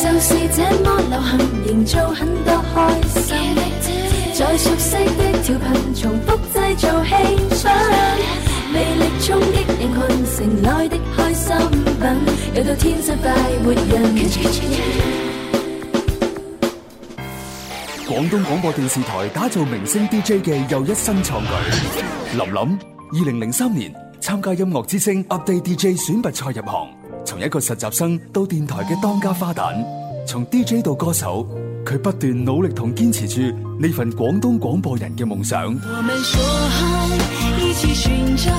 就是這麼流行，營造很多開心。在熟悉的調頻，重複製造氣氛，魅力衝擊人群，城內的開心品，有到天生快活人。廣東廣播電視台打造明星 DJ 嘅又一新創舉。林林，二零零三年參加音樂之星 Update DJ 選拔賽入行，從一個實習生到電台嘅當家花旦，從 DJ 到歌手，佢不斷努力同堅持住呢份廣東廣播人嘅夢想。我們說好一起尋找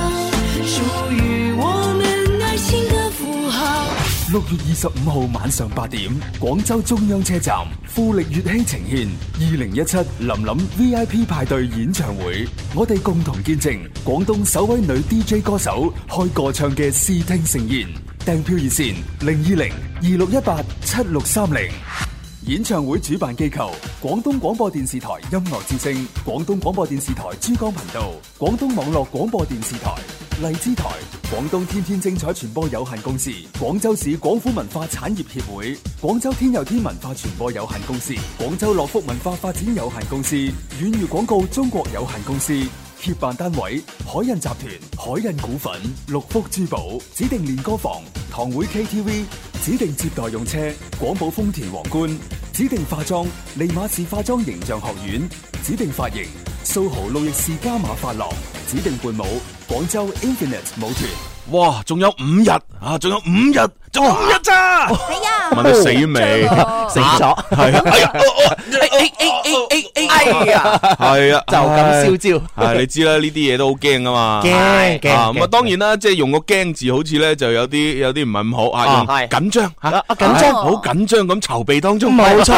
屬於我們愛情的符號。六月二十五號晚上八點，廣州中央車站富力粵熙呈現二零一七林林 VIP 派對演唱會，我哋共同見證廣東首位女 DJ 歌手開個唱嘅視聽盛宴。訂票熱線零二零二六一八七六三零。演唱會主辦機構：廣東廣播電視台音樂之聲、廣東廣播電視台珠江頻道、廣東網絡廣播電視台、荔枝台、廣東天天精彩傳播有限公司、廣州市廣府文化產業協會、廣州天佑天文化傳播有限公司、廣州樂福文化發展有限公司、遠譽廣告中國有限公司。協辦單位：海印集團、海印股份、六福珠寶、指定練歌房、堂會 KTV、指定接待用車、廣寶豐田皇冠、指定化妝、利馬市化妝形象學院、指定髮型、蘇豪路易士加碼髮廊、指定伴舞、廣州 Infinite 舞團。哇，仲有五日啊，仲有五日，仲有五日咋？係啊問你死未？死咗係啊，哎呀，哦哦哦哎呀，系啊， 就咁燒焦系你知啦，呢啲嘢都好驚噶嘛。 驚係驚啊咁啊，驚當然啦，即係用個驚字，好似咧就有啲有啲唔係咁好啊。用哦係緊張吓，緊張啊好緊張咁籌備當中。冇 錯，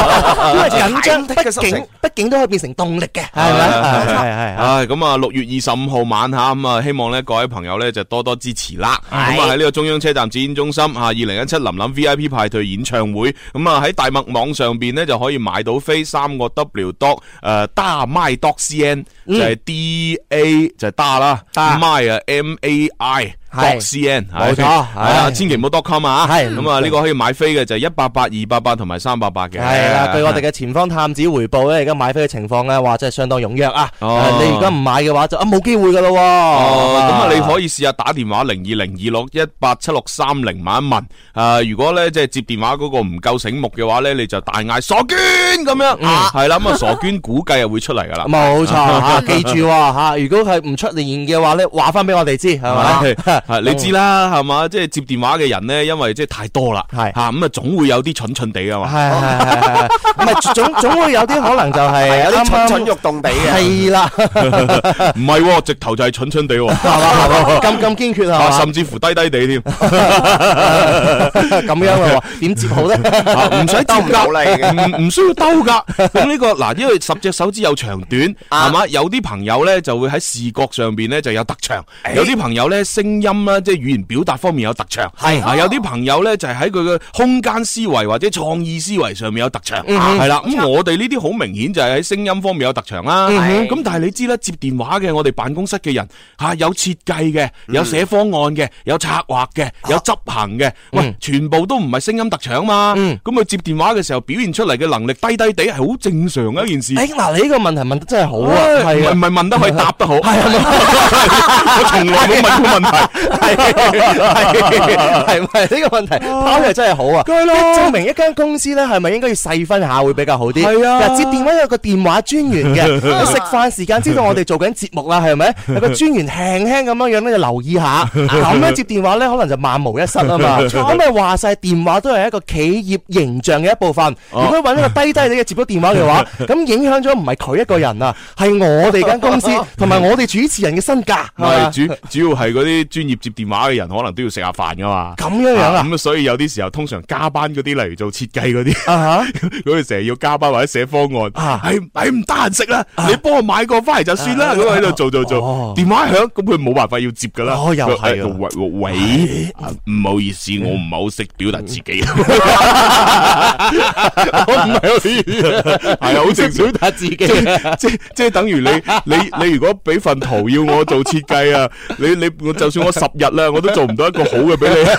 因為緊張，忐忑嘅畢心情竟畢竟都可以變成動力嘅，係係係咪？係係啊唉，咁啊，六月二十五號晚吓，咁啊，希望咧各位朋友咧就多多支持啦。咁係啊喺呢個中央車站展演中心吓，二零一七林林 V I P 派對演唱會，咁啊喺大麥網上邊咧就可以買到飛，三個 W dot 誒 da mai dot c n 嗯就係 D A 就係 da 啦，mai 啊 M A I。dot 係 c n 冇錯係啊，係千祈唔好 dot com 啊，係嗯咁啊呢個可以買飛嘅就係一八八、二八八同埋三八八嘅，係啊啦，據我哋嘅前方探子回報咧，而家買飛嘅情況咧，哇，真係相當踴躍啊！哦誒你而家唔買嘅話，就啊冇機會噶咯喎。哦，咁啊，你以可以試下打電話零二零二六一八七六三零問一問。誒，如果咧即係接電話嗰個唔夠醒目嘅話咧，你就大嗌傻娟咁樣，係啦，咁啊傻娟估計係會出嚟噶啦。啊冇 錯嚇，記住喎嚇，如果係唔出現嘅話咧，話翻俾我哋知 係咪？係你知啦，係嘛？即係接電話嘅人咧，因為即係太多啦，係嚇咁啊，總會有啲蠢蠢地噶係嘛。係係係，唔係啊總總會有啲可能 就係有啲啱啱蠢蠢欲動地嘅。係啦， 唔係喎，直頭就係蠢蠢地喎， 係嘛係嘛咁咁堅決係啊嘛？甚至乎低低地添， 咁樣嘅喎，點接好咧？ 啊唔使接兜唔㗎到你嘅唔唔需要兜噶。咁呢個嗱，因為十隻手指有長短，係嘛？有啲朋友咧就會喺視覺上邊咧就有特長，有啲朋友咧聲音啦，即係語言表達方面有特長，係啊，有啲朋友咧就係喺佢嘅空間思維或者創意思維上面有特長，係啦。咁我哋呢啲好明顯就係喺聲音方面有特長啦。嗯咁但係你知啦，接電話嘅我哋辦公室嘅人嚇有設計嘅，有寫方案嘅，有策劃嘅，啊有執行嘅，喂，全部都唔係聲音特長嘛。嗯咁佢接電話嘅時候表現出嚟嘅能力低低地係好正常嘅一件事。誒哎嗱，你呢個問題問得真係好啊，唉唔係係啊唔。係問得佢答 得好，我從來冇問過問題。系系咪呢個問題拋嘅真係好啊！係咯即係證明一間公司咧，係咪應該要細分下會比較好啲？係啊嗱接電話有個電話專員嘅， 你食飯時間知道我哋做緊節目啦，係咪？有個專員輕輕咁樣樣咧，就留意下，咁樣接電話咧，可能就萬無一失 啊嘛。咁咪話晒電話都係一個企業形象嘅一部分。哦如果揾一個低低哋嘅接咗電話 嘅話，咁影響咗唔係佢一個人啊，係我哋間公司同埋我哋主持人嘅身價。唔係嘛係主主要係嗰啲專業接電話嘅人，可能都要食下飯噶嘛。咁樣樣啊咁所以有啲時候通常加班嗰啲，例如做設計嗰啲。啊 哈！佢哋成日要加班或者寫方案，啊係係唔得閒食啦，你幫我買個翻嚟就算啦。咁喺度做做做哦，電話響，咁佢冇辦法要接噶啦。哦又 係啊佢喺度喂喂喂，呃啊唔好意嗯思，我唔係好識表達自 己，我唔係好識，係啊，好正常。達自己即即即等於你你你如果俾份圖要我做設計啊，你你我就算我識十日啦，我都做唔到一個好嘅俾你。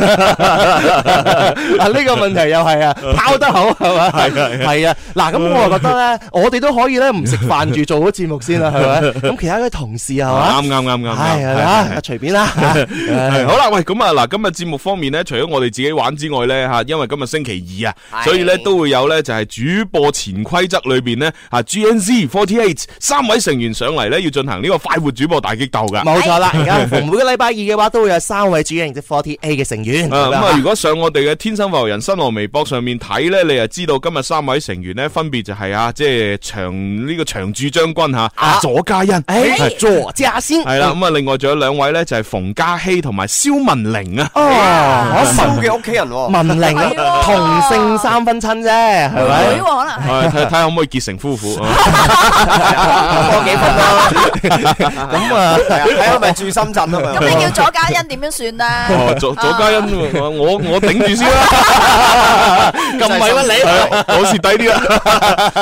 啊！呢個問題又係啊，拋得好係嘛？係係係啊！嗱，咁我就覺得咧，我哋都可以咧唔食飯住做好節目先啦，係咪？咁其他啲同事係嘛？啱啱啱啱，係啱啊，啊隨便啦。 係好啦，喂，咁啊嗱，今日節目方面咧，除咗我哋自己玩之外咧，吓，因為今日星期二啊，係所以咧都會有咧就係主播潛規則裏邊咧啊 GNZ Forty Eight 三位成員上嚟咧，要進行呢個快活主播大激鬥噶。冇 錯啦，而家逢每個禮拜二嘅話，都會有三位主營即 Forty A 嘅成員。啊咁咁啊！啊如果上我哋嘅天生浮人新浪微博上面睇咧，你就知道今日三位成員咧分別就係啊，即係長呢個長駐將軍吓，啊左嘉欣，誒，左嘉欣系啦，咁啊，另外仲有兩位咧就係馮嘉熙同埋蕭文玲啊。哦，收嘅屋企人喎，文玲係喎同姓三分親啫，Ờ, 係咪？會喎可能係。係睇睇下可唔可以結成夫婦啊？ 多幾份啦。咁啊，係啊，睇下咪住深圳啊嘛。咁你叫左嘉欣點樣算咧？哦，左左嘉欣，我我我頂住先啦， 咁唔係喎你我我蝕底啲啦。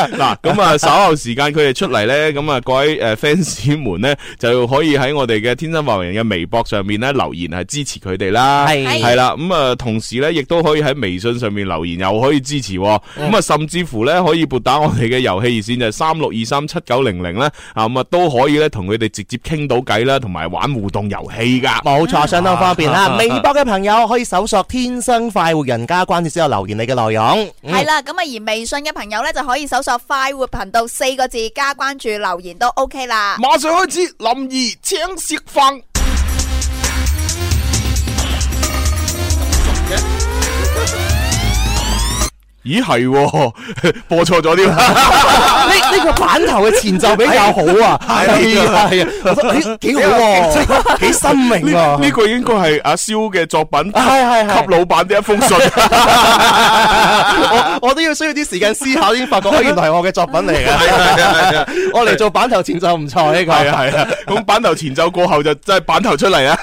嗱，咁啊，稍後時間佢哋出嚟咧，咁啊，各位誒 fans 們咧，就可以喺我哋嘅天生發人嘅微博上面咧留言係啊支持佢哋啦，係係啦，咁啊，同時咧亦都可以喺微信上面留言，又可以支持喎，嗯咁啊，甚至乎咧可以撥打我哋嘅遊戲熱線就係三六二三七九零零啦，啊咁啊都可以咧同佢哋直接傾到偈啦，同埋玩互動遊戲㗎。冇錯，相當方啊便啊 啦。微博嘅朋友可以搜索“天生快活人家”，關注之後留言你嘅內容。嗯係啦，咁啊而微信嘅朋友咧就可以搜索快活頻道四個字加關注留言都 OK 啦。马上开始，林儿请食饭。咦系、喎， 播錯 咗添，呢呢個版頭嘅前奏比較好 啊，係啊係啊，我覺得咦幾好 喎，幾新穎呢呢喎。個應該係阿蕭嘅作品，啊係係係給老闆的一 封信。 嗯我我都要需要啲時間思考，先發 覺哎原來係我嘅作品嚟嘅。啊我嚟做版頭前奏唔錯呢個。係啊係啊，咁版頭前奏過後就真係版頭出嚟啊！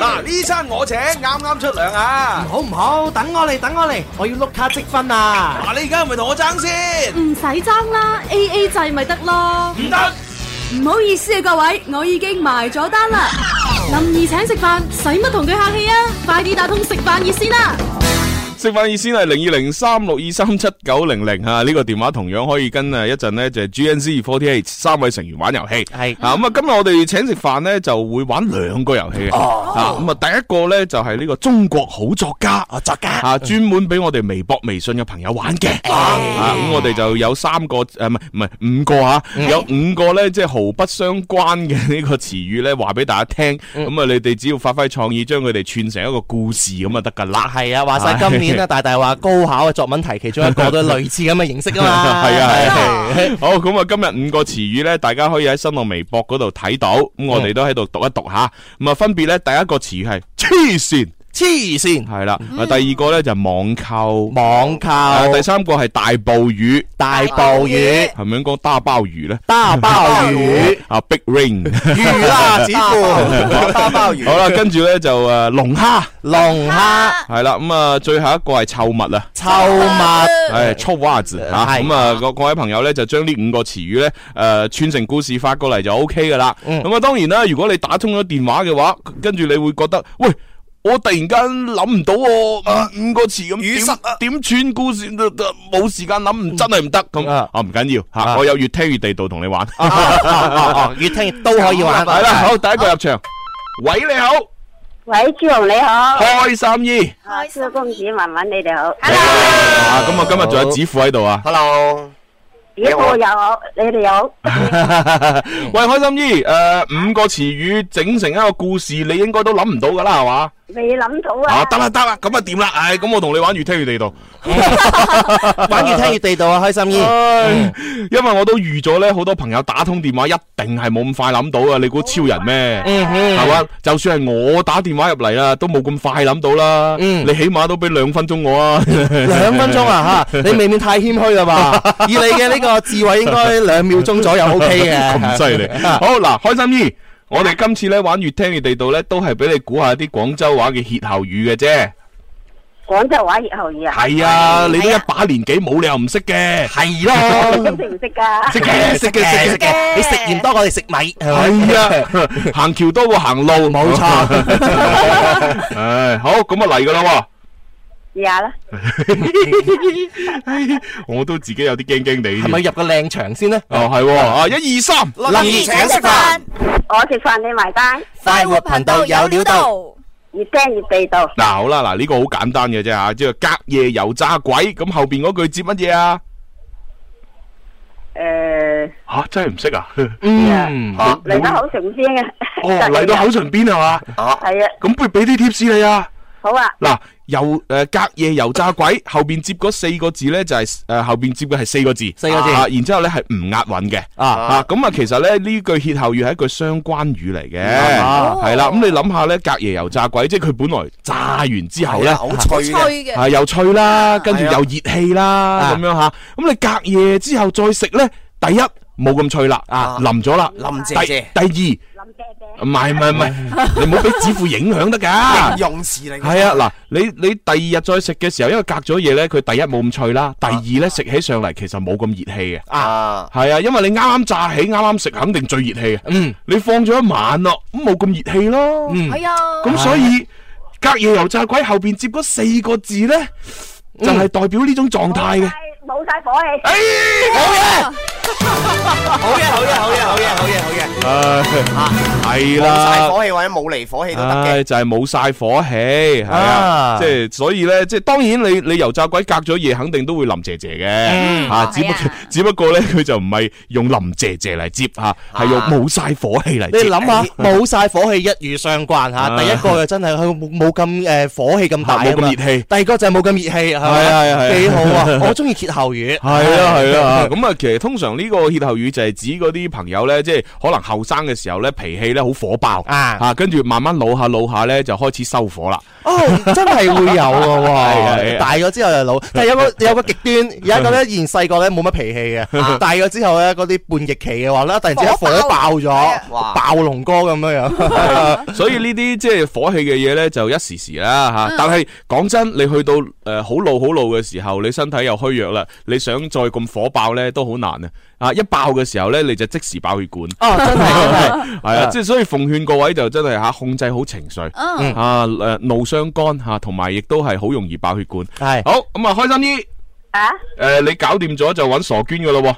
嗱，呢餐我請，啱啱出糧啊！好唔好？等我嚟，等我嚟，我要碌卡積分啊！嗱，你而家係咪同我爭先？唔使爭啦，A A 制咪得咯。唔得，唔好意思啊，各位，我已經埋咗單啦。林兒請食飯，使乜同佢客氣啊？快啲打通食飯熱先啦！食飯熱線係零二零三六二三七九零零吓，呢個電話同樣可以跟呃誒一陣呢，就係 GNZ Forty Eight 三位成員玩遊戲。係啊咁啊，今日我哋請食飯咧就會玩兩個遊戲嘅。哦啊咁啊，第一個咧就係呢個中國好作家。我哦作家嗯啊，專門俾我哋微博、微信嘅朋友玩嘅，啊，咁我哋就有三個誒，唔係唔係五個嚇，嗯有五個咧，即係毫不相關嘅呢個詞語咧，話俾大家聽。嗯咁啊，你哋只要發揮創意，將佢哋串成一個故事咁就得㗎啦。係啊，話晒今年咧，大大話高考嘅作文題其中一個都係類似咁嘅形式啊嘛。 係啊係係啊好，咁啊，今日五個詞語咧，大家可以喺新浪微博嗰度睇到，咁我哋都喺度讀一讀吓。咁啊，分別咧，第一個詞語係黐線，黐線，係啦；啊第二個咧就係網購，網啊購第三個係大暴雨，大暴雨、係咪應該打鮑魚咧？大暴雨、啊，Big Ring。魚啦、子父、包包魚。好啦，跟住咧就誒龍蝦，龍蝦、 係啦，咁啊最後一個係臭物啊。臭物， 係粗蛙字嚇，呃係咁啊各各位朋友咧就將呢五個詞語咧誒串成故事發過嚟就 O K 噶啦。嗯咁啊當然啦，如果你打通咗電話嘅話，跟住你會覺得喂。我突然間諗唔到喎，啊五五個詞語塞咁啊點點串故事都都冇時間諗，唔真係唔得咁啊啊！唔緊要嚇，啊我有越聽越地道同你玩。哦哦哦越聽越都可以玩。 啊係啦，好第一個入場，喂你好，喂，朱红你好，開三姨，À, 開心萧公子文文你哋好，啊咁啊今日仲有子父喺度啊。 Hello，子富又好，你哋又好，喂，開心姨，诶、五個詞語整成一個故事，你應該都諗唔到噶啦，係嘛？未諗到啊，啊，得啦得啦，咁啊掂啦，唉，咁我同你玩越聽越地道， 玩越聽越地道啊，開心姨。唉，因為我都預咗咧，好多朋友打通電話一定係冇咁快諗到啊，你估超人咩？嗯哼，係嘛？就算係我打電話入嚟啦，都冇咁快諗到啦。嗯你起碼都俾兩分鐘我啊。兩分鐘啊吓，你未免太謙虛 啦吧？啊以你嘅呢個智慧，應該兩秒鐘左右 O K 嘅。啊咁犀 利。好嗱，開心姨，我哋今次咧玩越聽越地道咧，都係俾你估下啲廣州話嘅歇後語嘅啫。廣州話歇後語啊？ 系啊，你都一把年紀，冇理由唔識嘅。系咯咁，識唔識㗎？食嘅食嘅食嘅，你食鹽多過你食米，係係啊，行橋多過行路，冇錯。 唉，好，咁啊嚟噶啦試下啦。喎，我都自己有啲驚驚地。係咪？入個靚場先呢？哦，係喎，啊，一二三，林兒請食飯，我食飯你埋單，快活頻道有料到。越聽越地道。嗱好啦，嗱呢個好簡單嘅啫吓，即係隔夜油炸鬼，咁後邊嗰句接乜嘢啊？誒，吓，真係唔識啊！嗯，嚇嚟得好神仙嘅。哦，嚟到口唇邊係嘛？係啊，咁不如俾啲 tips 你啊！好啊，嗱，油诶隔夜油炸鬼後边接嗰四個字咧，就係诶後边接嘅係四個字，四個字啊，然之后咧係唔押韻嘅。啊，啊，咁啊，其實咧呢句歇後語係一句相關語嚟嘅，啊係啦。咁你諗下咧，隔夜油炸鬼，即係佢本來炸完之後咧，好脆嘅。吹嘅。係又脆啦，跟住係啊又熱氣啦，啊咁樣吓。咁你隔夜之後再食咧，第一冇咁脆啦，啊淋咗啦。林姐姐，第第林姐姐。二，唔係唔係唔係，你唔好俾指父影響 得㗎。用詞嚟嘅。系啊，嗱，你你第二日再食嘅時候，因為隔咗嘢咧，佢第一冇咁脆啊啦，第二咧食起上嚟其實冇咁熱氣嘅。啊，係啊，因為你啱啱炸起，啱啱食，肯定最熱氣嘅。嗯，你放咗一晚咯，咁冇咁熱氣咯。嗯哎呀，咁所以隔夜油炸鬼後边接嗰四個字咧，就嗯係代表呢種狀態嘅。冇晒火氣。哎好嘢，好嘢，好嘢，好嘢，好嘢，好嘢。啊係啦。啊冇晒火氣或者冇離火氣都得嘅。唉，就係冇晒火氣，係啊，啊即係所以咧，即係當然你你油炸鬼隔咗夜，肯定都會淋姐姐嘅，嗯吓，只不係啊 只不過咧佢就唔係用淋姐姐嚟接吓，係用冇晒火氣嚟啊你接。啊 諗下，冇晒火氣一語相關嚇。第一個就真係佢冇冇咁誒火氣咁大冇啊嘛咁熱氣，第二個就係冇咁熱氣，係係咪啊係啊係啊幾好 啊！我中意歇後語，係啊係啊，咁啊，其實通常呢個歇後語就係指嗰啲朋友咧，即係可能後生嘅時候咧脾氣咧好火爆啊啊，跟住慢慢老下老下咧就開始收火啦。哦，真係會有嘅啊 係喎，啊嗯大咗之後就老， 但係有個有個極端，有一個咧以前細個咧冇乜脾 氣啊嘅，大咗之後咧嗰啲叛逆期嘅話咧，突然哦之間火火爆爆咗，哇爆龍哥咁樣樣， 所以呢啲即係火氣嘅嘢呢，就一時時啦嗯吓。但係講真，你去到诶好老好老嘅時候，你身體又虛弱啦，你想再咁火爆呢，都好難啊！啊，一爆嘅時候呢，你就即時爆血管。哦， 真係真係。係啊，即係所以奉勸各位就真係吓控制好情緒嗯，啊，诶怒傷肝吓，同埋亦都係好容易爆血管。係好 咁啊，開心啲啊？诶，你搞掂咗就揾傻娟噶咯。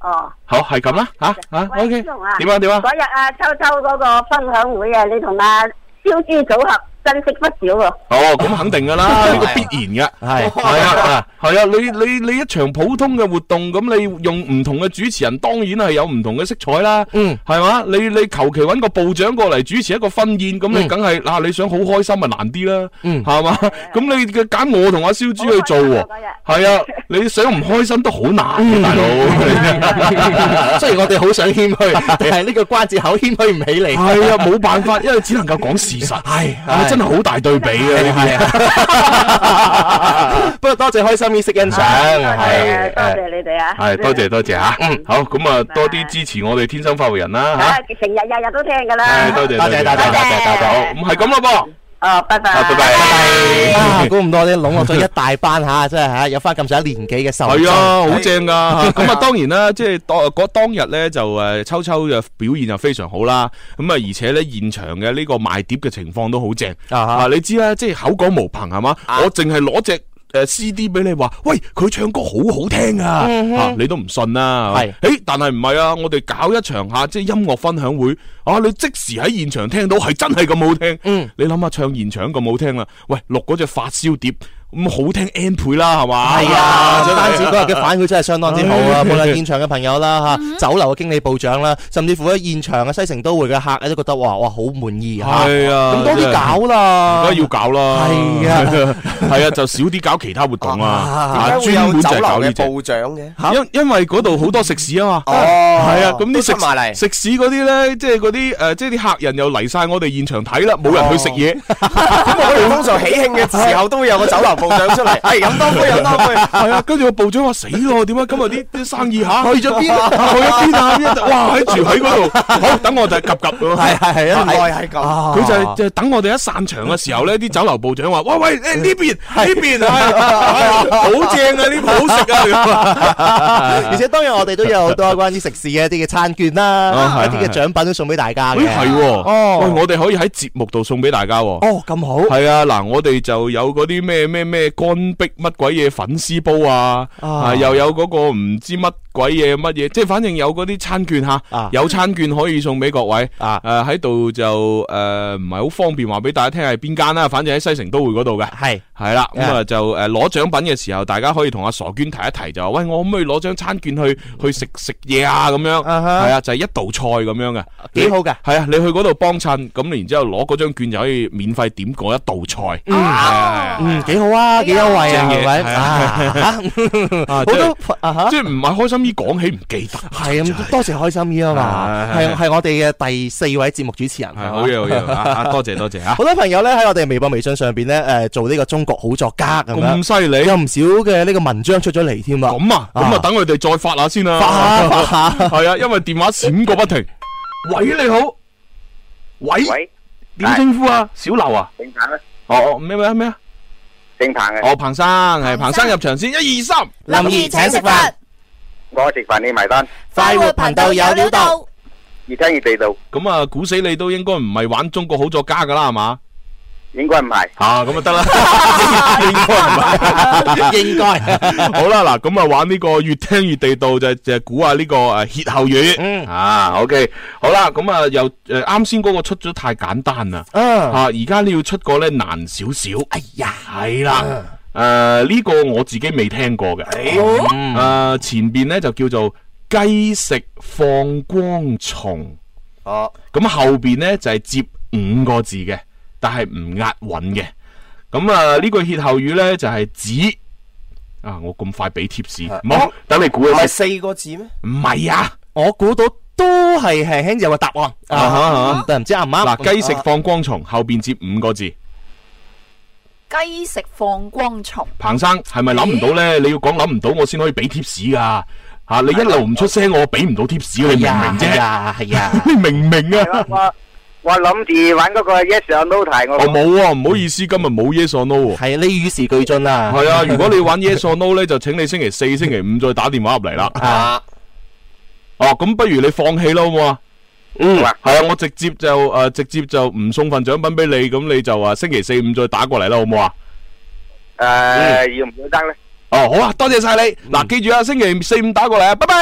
哦。好，係咁啦吓吓喂，OK 朱紅啊點啊點啊，嗰日啊，秋秋嗰個分享會啊，你同阿燒豬組合珍惜不少喎。哦，咁肯定噶 啦，呢個必然嘅。係系啊，系啊，你你你一場普通嘅活動，咁你用唔同嘅主持人，當然係有唔同嘅色彩啦。嗯，係嘛？你你求其揾個部長過嚟主持一個婚宴，咁你梗係嗱，你想好開心咪難啲啦。嗯係嘛？咁你嘅揀我同阿燒豬去做喎好開心啊，係啊，你想唔開心都好難嘅，大佬。嗯 雖然我哋好想 謙虛，但係呢個關節口謙虛唔起嚟。係啊，冇辦法，因為只能夠講事實。係啊， 係真係好大對比嘅呢啲係啊，不過多謝開心意識欣賞，啊係誒多謝你哋啊！係多謝多謝吓，嗯好咁啊，多啲支持我哋天生發育人啦吓啊，。成日日日都聽㗎啦係。多謝多謝多多謝謝，好，唔係咁咯哦，拜噃，拜。拜拜。啊，估唔到啲籠絡咗一大班吓，真係吓有翻咁上下年紀嘅受眾系啊，好正噶！咁啊，當然啦，即係當嗰當日咧就誒秋秋嘅表現就非常好啦。咁啊，而且咧現場嘅呢個賣碟嘅情況都好正啊哈啊！你知啦，即係口講無憑係嘛？我淨係攞隻誒 CD 俾你話，喂，佢唱歌好好聽啊！啊你都唔信啦，係誒，但係唔係啊？我哋搞一場嚇即係音樂分享會啊！你即時喺現場聽到係真係咁好聽，嗯，你諗下唱現場咁好聽啦，喂，錄嗰只發燒碟咁好聽 N 倍啦，係嘛？係啊，哎唔真係單止嗰日嘅反饋真係相當之好啊！ 唉無論現場嘅朋友 啦嗯嚇，酒樓嘅經理部長啦，甚至乎喺現場嘅西城都會嘅客都覺得哇哇好滿意嚇，係啊咁多真係啲搞啦，梗係要搞啦，係 啊，系啊，就少啲搞其他活動啊，啊啊專門就係搞呢只，點解會有酒樓嘅部長嘅？因因為嗰度好多食肆啊嘛，哦係啊，咁都出 埋啲嚟食食肆嗰啲咧，即係嗰啲诶，即係啲客人又嚟晒我哋現場睇啦，冇人去食嘢，咁我哋通常喜慶嘅時候都會有個酒樓部長出 嚟，係飲多杯飲多杯。系啊，跟住個部長話死咯，點解今日啲啲生 意 吓去咗邊啊去咗邊啊？ 哇，喺住喺嗰度，好等我就及及咯。係係係啊，愛係咁。啊佢就係就係等我哋一散場嘅時候咧，啲酒樓部長話：，喂喂，誒呢邊呢邊，哎哎好正啊，呢鋪好食啊咁啊！ 而且當然我哋都有好多關於食肆嘅一啲嘅餐券啦，啊一啲嘅獎品都送俾大家嘅。咦係喎，哦喂，我哋可以喺節目度送俾大家喎。哦咁好，系啊，嗱，我哋就有嗰啲咩咩咩干壁乜鬼嘢粉絲煲啊，啊啊又有嗰個唔知乜鬼嘢乜嘢，即係反正有嗰啲餐券吓啊，有餐券可以送俾各位啊诶喺度就诶唔係好方便話俾大家聽係邊間啦，反正喺西城都會嗰度嘅。係系啦，咁啊啊就诶攞獎品嘅時候，大家可以同阿傻娟提一提，就話喂，我可唔可以攞張餐券去去食食嘢啊？咁樣嗯啊哈係啊，就係一道菜咁樣嘅，幾好㗎係啊，你去嗰度幫襯，咁然之后攞嗰張券就可以免費點嗰一道菜。係嗯啊係啊嗯幾好啊，à. 幾優惠啊，正嘢係咪係 À, 啊？好啊即係多啊吓即。係唔係開心姨講起唔記得，係咁多謝開心姨啊嘛，係係係係我哋嘅第四位節目主持人，係好嘢好嘢，啊啊多謝多謝啊！好多朋友咧喺我哋微博、微信上邊咧，誒做呢個中國好作家咁咁樣，犀利，有唔少嘅呢個文章出咗嚟添啊！咁啊，咁啊啊等佢哋再發下先啦。發下發 下係啊，因為電話閃過不停。喂，你好，喂，點稱呼啊？小劉啊？正棒啊，哦，咩咩咩啊？正棒嘅，哦，彭生系彭彭生生入場先，一二三，林怡請食飯，我食飯你埋單，快活頻道有料到，越聽越地道，咁啊，估死你都應該唔係玩中國好作家噶啦，係嘛？應該唔係。啊，咁啊 得啦，應該唔應該係。好啦，嗱，咁啊玩呢個越聽越地道，就係就係估下呢個诶歇後嗯語。啊，OK，好啦，咁啊又诶啱先嗰個出咗太簡單啦，啊，啊，而家你要出個咧難少少。哎呀，係啦。诶，呃呢個我自己未聽過嘅，诶前边咧就叫做雞食放光蟲。哦，咁後边呢就係接五個字嘅，但係唔押韻嘅。咁啊，呢句歇後語呢就係指啊，我咁快俾貼士，唔好啊哦等你估啊唔下係先。四個字咩？唔係啊，我估到都係輕輕有個答案啊哈啊啊哈，但唔知啱唔啱？嗱，雞食放光蟲後边接五個字，雞食放光蟲，彭生係咪諗唔到呢？你要講諗唔到，我先可以俾貼士噶。吓，你一路唔出聲，我俾唔到貼士，你明唔明係啫？ 啊，係啊。你明唔明啊？我我諗住玩嗰個 yes or no 題，我我冇啊，唔好意思，今日冇 yes or no 喎。係啊你與時俱進啊！係啊，如果你玩 Yes or No 咧，就請你星期四、星期五再打電話入嚟啦。啊，哦，咁不如你放棄啦，好唔好啊？嗯好啊係啊，我直接就诶、呃直接就唔送份獎品俾你，咁你就啊星期四五再打過嚟啦，好唔好啊？誒要唔要得咧？哦，好啊，多謝晒你。嗱、記住啊，星期四五打過嚟啊，拜拜。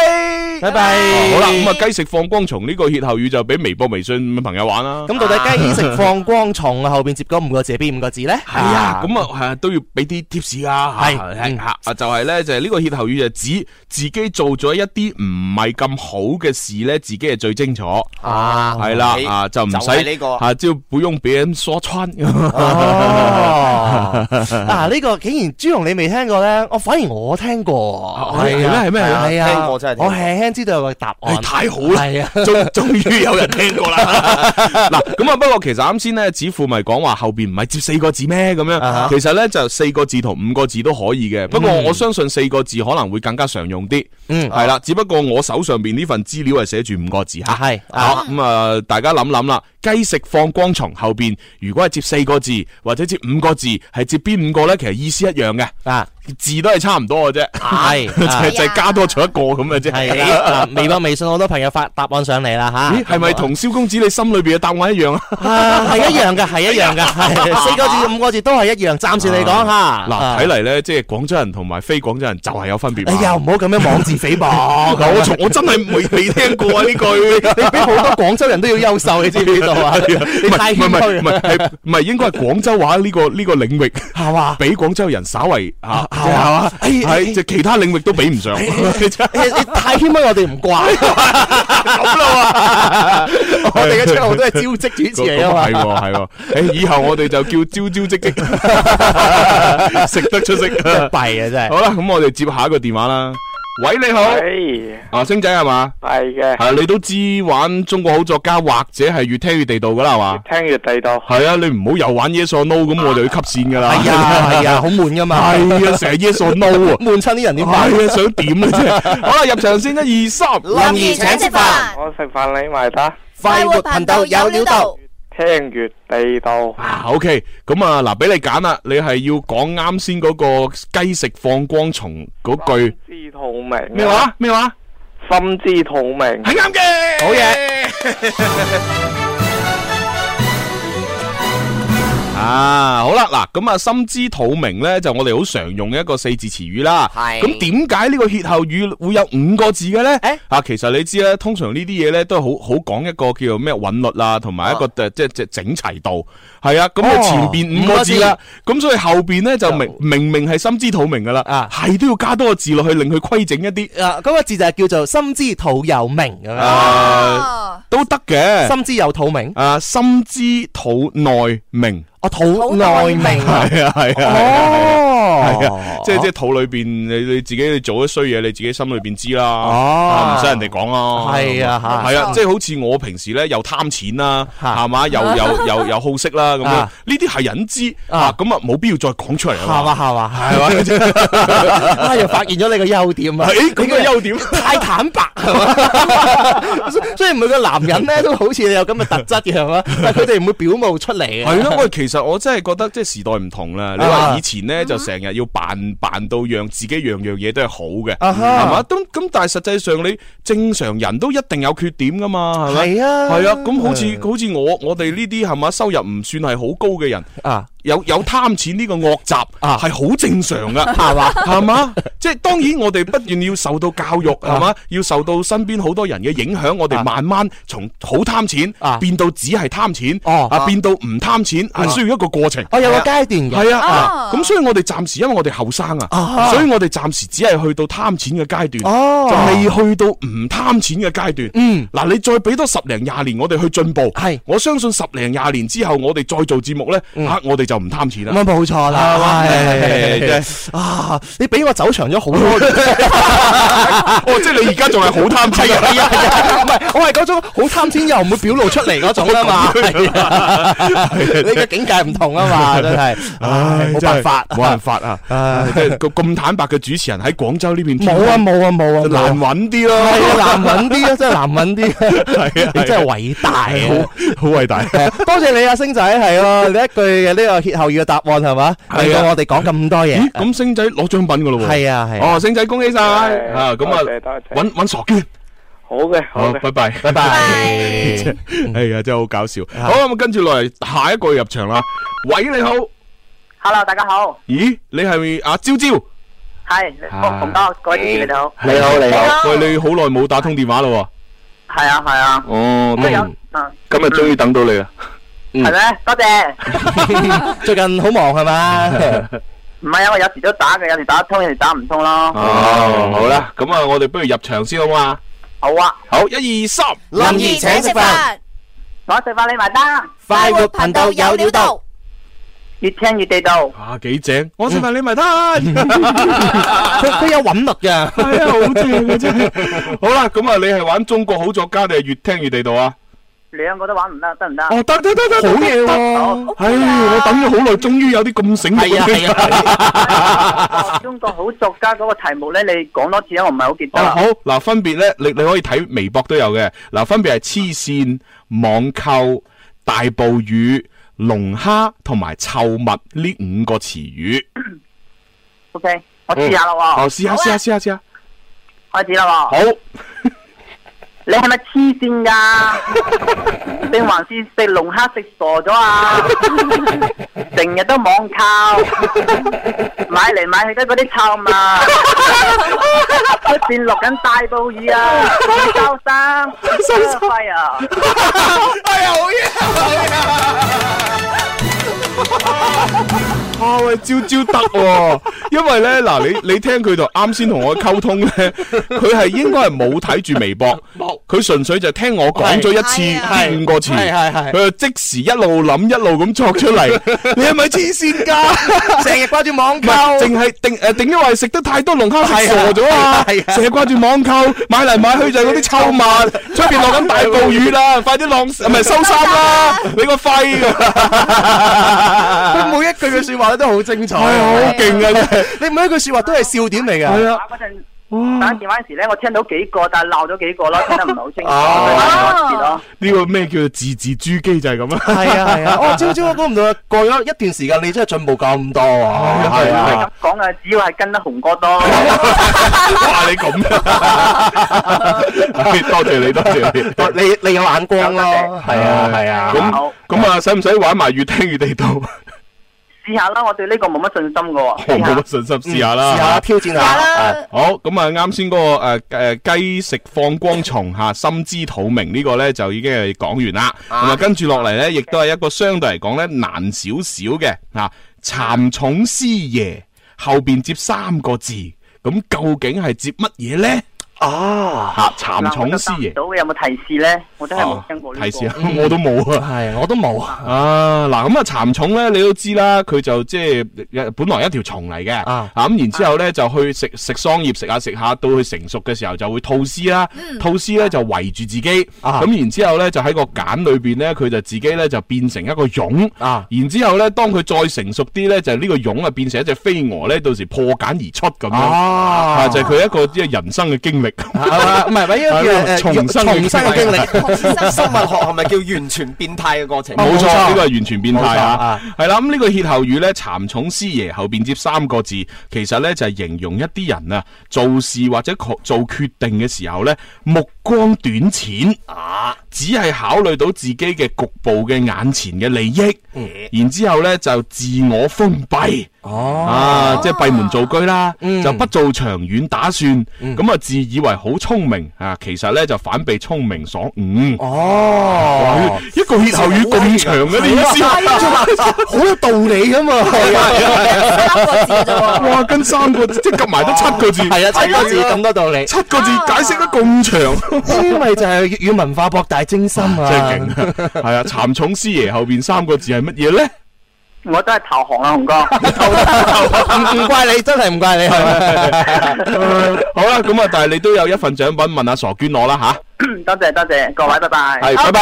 拜拜。哦好啦，咁啊，雞食放光蟲呢個歇後語就俾微博、微信朋友玩啦。咁到底雞食 放光蟲後邊接嗰五個字係邊五個字咧？係系啊，咁啊，系啊，都要俾啲 tips 啊，係係嗯啊，啊就係咧，就係呢個歇後語就指自己做咗一啲唔係咁好嘅事咧，自己係最清楚，啊，係啦你，啊就唔就係呢使個啊，就不用別人說穿。 哦， 啊呢個竟然朱紅你未聽過咧，我反而我聽過，啊係咩係咩係啊，聽過真係聽過我輕輕知道有個答案係，太好啦係啊，終終於有人聽過啦！嗱，咁啊，不過其實啱先咧，子富咪講話後邊唔係接四個字咩咁啊哈樣？其實咧就四個字同五個字都可以嘅，不過我相信四個字可能會更加常用啲。嗯係啦，只不過我手上邊呢份資料係寫住五個字嚇。係啊，咁啊，大家諗諗啦，雞食放光蟲後邊，如果係接四個字或者接五個字，係接邊五個咧？其實意思一樣嘅，啊，字都係差唔多嘅啫。係 就啊係就係加多咗一個咁嘅啫。係啦，啊微博、微信好多朋友發答案上嚟啦吓，咦，系咪同萧公子你心裏边嘅答案一樣啊？啊係一樣嘅，係一樣嘅，係四個字、五個字都係一樣，暫時嚟講吓。哎啊嗱，睇嚟咧，即係廣州人同埋非廣州人就係有分別嘛。你又哎唔好咁樣妄自菲薄，嗱， 我從我真係未未听过啊呢句。 你比好多廣州人都要優秀，你知唔知道 啊？ 你哎唔太係唔謙係唔虛啊係係唔係應該係廣州話呢個呢個領域，係嘛？比廣州人稍為啊吓係嘛哎系哎即係其他領域都比唔 上。啊你你太謙虛，我哋唔怪。咁 啦喎，我哋嘅出路都係招職主持嚟啊嘛系。喎係喎， 诶，以後我哋就叫朝朝夕夕，食得出色。 弊啊真係。好啦，咁我哋接下一個電話啦。喂，你好，啊，星仔系嘛？系嘅，系你都知玩中國好作家或者係越聽越地道噶啦，係嘛？聽越地道。係啊，你唔好又玩 yes or no 咁，我就要吸線 噶啦。係啊係啊好悶㗎嘛係啊，成日 yes or no 啊， 悶親啲人點辦係啊，想點啊 啫？好啦，入場先，一二三，林兒請食飯，我食飯你埋單。快活頻道有料到，聽越地道。啊 OK，咁啊嗱，俾你揀啦，你係要講啱先嗰個雞食放光蟲嗰句。知肚明。咩話？咩話？心知肚明。係啱嘅。好嘢。啊，好啦，嗱，咁啊，心知肚明咧，就我哋好常用嘅一個四字詞語啦。係咁點解呢個歇後語會有五個字嘅咧？啊，其實你知咧，通常呢啲嘢咧都係好好講一個叫做咩韻律啦，同埋一個誒即係即係整齊度。係啊，咁啊哦前邊五個字啦，咁所以後邊咧就明明明係心知肚明噶啦，係都要加多個字落去，令佢規整一啲。啊，嗰個字就係叫做心知肚有明咁啊，都得嘅。心知有肚明。啊，心知肚內明。啊，肚內明係啊，係啊，哦係啊， 即係即係肚裏邊，你你自己你做咗衰嘢，你自己心裏邊知啦，啊唔使人哋講咯，哦係啊嚇係啊，即係好似我平時咧又貪錢啦，係嘛，又又又又好色 啦咁樣，呢啊啲係人知啊，咁啊冇必要再講出嚟啊係嘛係嘛係嘛， 啊！又發現咗你個優點啊！ 誒咁嘅優點太坦 白係嘛？所所以每個男人咧都好似你有咁嘅特質嘅 係嘛？但係佢哋唔會表露出嚟嘅。係咯，喂，其實我真係覺得即係時代唔同啦。你話啊以前咧就成日要扮扮到讓自己樣樣嘢都係好嘅，啊哈係嘛？咁咁但係實際上你正常人都一定有缺點噶嘛，係咪？係啊係啊。咁好似好似我我哋呢啲係嘛收入唔算係好高嘅人啊。有有貪錢呢個惡習係好正常噶， 係嘛係嘛？即係當然我哋不斷要受到教育啊係嘛，要受到身邊好多人嘅影響，我哋慢慢從好貪錢啊變到只係貪錢，哦啊變到唔貪錢，係啊需要一個過程。我哦啊有個階段嘅係啊啊啊，咁所以我哋暫時因為我哋後生啊，啊所以我哋暫時只係去到貪錢嘅階哦段，就未去到唔貪錢嘅階段。嗯嗱，你再俾多十零廿年我哋去進步，係我相信十零廿年之後我哋再做節目咧，嗯吓我哋就唔貪錢啦。咁啊冇錯啦，係嘛係真係啊！你俾我走長咗好多年， 哦，即係你而家仲係好貪錢啊！係啊係啊，唔係我係嗰種好貪錢又唔會表露出嚟嗰種啊 嘛，係啊你嘅境界唔同啊 嘛，真係，唉冇辦法，冇辦法啊！唉即係咁咁坦白嘅主持人喺廣州呢邊冇啊冇啊冇啊，冇啊難揾啲咯，係啊難揾啲啊，真係難揾 啲，係啊你真係偉大啊！好偉大。多謝你啊，星仔，係咯，你一句嘅呢個歇後語嘅答案係嘛，係啊令到我哋講咁多嘢咦，，咁星仔攞獎品噶咯喎！係啊係啊哦，星仔恭喜晒係啊！咁多謝多啊謝，揾揾傻娟。好嘅，好好，嘅。拜拜，拜拜。 哎呀，真係好搞笑。好，咁跟住落嚟下一個入場啦。喂，你好， Hello，大家好，咦，你係咪阿朝朝？系冯哥，各位主持人你哋好，喂，你好耐冇打通電話啦喎。系啊系啊，哦都有，嗯，今日終於等到你啦。系咩？多 謝，最近好忙係嘛？唔係啊，我有時都打嘅，有時打得通，有時打唔通咯。 哦，好啦，咁啊，我哋不如入場先好嘛？好啊，好，一二三，林兒請食飯，我食飯你埋單，快活頻道有料到，越聽越地道。啊，幾正！我食飯你埋單。佢佢有韻律嘅，係啊，好正嘅真 係。好啦，咁啊，你係玩中國好作家定係越聽越地道啊？兩個都玩唔得，得唔得？哦，得得得得，啊好嘢喎！唉，我等咗好耐，終於有啲咁醒目嘅。係啊，中國好作家嗰個題目咧，你講多次啊，我唔係好記得哦，啦。好嗱，分別咧，你你可以睇微博都有嘅。嗱，分別係黐線、網購、大暴雨、龍蝦同埋臭物呢五個詞語。 OK，我 Ừ. 試下啦嗯喎。好試下試下試下試下。開始啦喎。好。你係咪黐線噶？ 定還是食龍蝦食傻咗啊？成日都網購，買嚟買去都嗰啲臭嘛。出邊落緊大暴雨啊！收衫，收費啊！哎呀，好嘢！啊喂，招招得喎，因為咧嗱，你你聽佢就啱先同我溝通 咧，佢係應該係冇睇住微博，佢純粹就聽我講咗一次、係五個詞，係係係佢就即時一路諗一路咁作出嚟，你係咪黐線 㗎？成日掛住網唔係，淨係定诶，定因為食得太多龍蝦食傻咗啊！係啊係啊成日掛住網購，買嚟買去就係嗰啲臭 物，出边落緊大暴雨 啦，快啲晾，唔係收衫啦，你個肺！佢每一句嘅说話咧都好精彩，係好勁啊真係！啊你每一句说話都係笑點嚟哎㗎。打嗰陣打電話嗰時咧，我聽到幾個，但係鬧咗幾個咯，聽得唔係好清楚，哦所以打咗一次咯。呢個咩叫做字字珠玑就係咁啊！係啊係啊，我朝朝都估唔到，過咗一段時間你真係進步咁多啊！係唔係咁。啊講啊，只要係跟得紅哥多，哇，你咁， 多謝你，多謝你，你你有眼光咯，係啊係啊。咁咁啊，使唔使玩埋越聽越地道？試下啦，我對呢個冇乜信心嘅喎。我冇乜信心，試下啦，試下挑戰下啊。好，咁啊，啱先嗰個誒誒雞食放光蟲嚇，心知肚明呢個咧就已經係講完啦。咁啊，跟住落嚟咧，亦都係一個相對嚟講咧難少少嘅嚇，蠶蟲師爺後邊接三個字，咁究竟係接乜嘢咧？啊嚇，蠶蟲師爺。到有冇提示咧？我真係冇聽過呢個提示啊，我都冇啊，系我都冇啊。啊，嗱咁啊，蠶蟲咧，你都知啦，佢就即係呃本來一條蟲嚟嘅，啊咁然之後咧就去食食桑葉，食下食下，到佢成熟嘅時候就會吐絲啦，嗯吐絲咧就圍住自己，啊咁然之後咧就喺個繭裏邊咧，佢就自己咧就變成一個蛹，啊然之後咧當佢再成熟啲咧，就呢個蛹啊變成一隻飛蛾咧，到時破繭而出咁樣，啊啊就係佢一個即係人生嘅經歷， 啊唔係唔係 呢個叫誒重生重生嘅經 歷生物學係咪叫完全變態嘅過程？冇錯，呢個係完全變態冇錯啊啊！係啦，咁呢個歇後語咧，蠶蟲師爺後邊接三個字，其實咧就係形容一啲人啊做事或者確做決定嘅時候咧，目光短淺啊，只係考慮到自己嘅局部嘅眼前嘅利益，然之後咧就自我封閉。Ờ. 啊，即係閉門造車啦，就不做長遠打算，咁啊自以為好聰明啊，其實咧就反被聰明所誤。哦，一個歇後語咁長嘅你意思？好有道理噶嘛，哇，跟三個字即係夾埋得七個字，係啊，七個字咁多道理，七個字解釋得咁長，因為就係粵語文化博大精深啊，真係勁！係啊，蠶蟲師爺後邊三個字係乜嘢咧？我都係投降啦，紅哥。唔唔怪你，真係唔怪你，好啦，咁啊，但係你都有一份獎品問阿傻娟攞啦吓，多謝多謝各位，拜拜。係拜拜。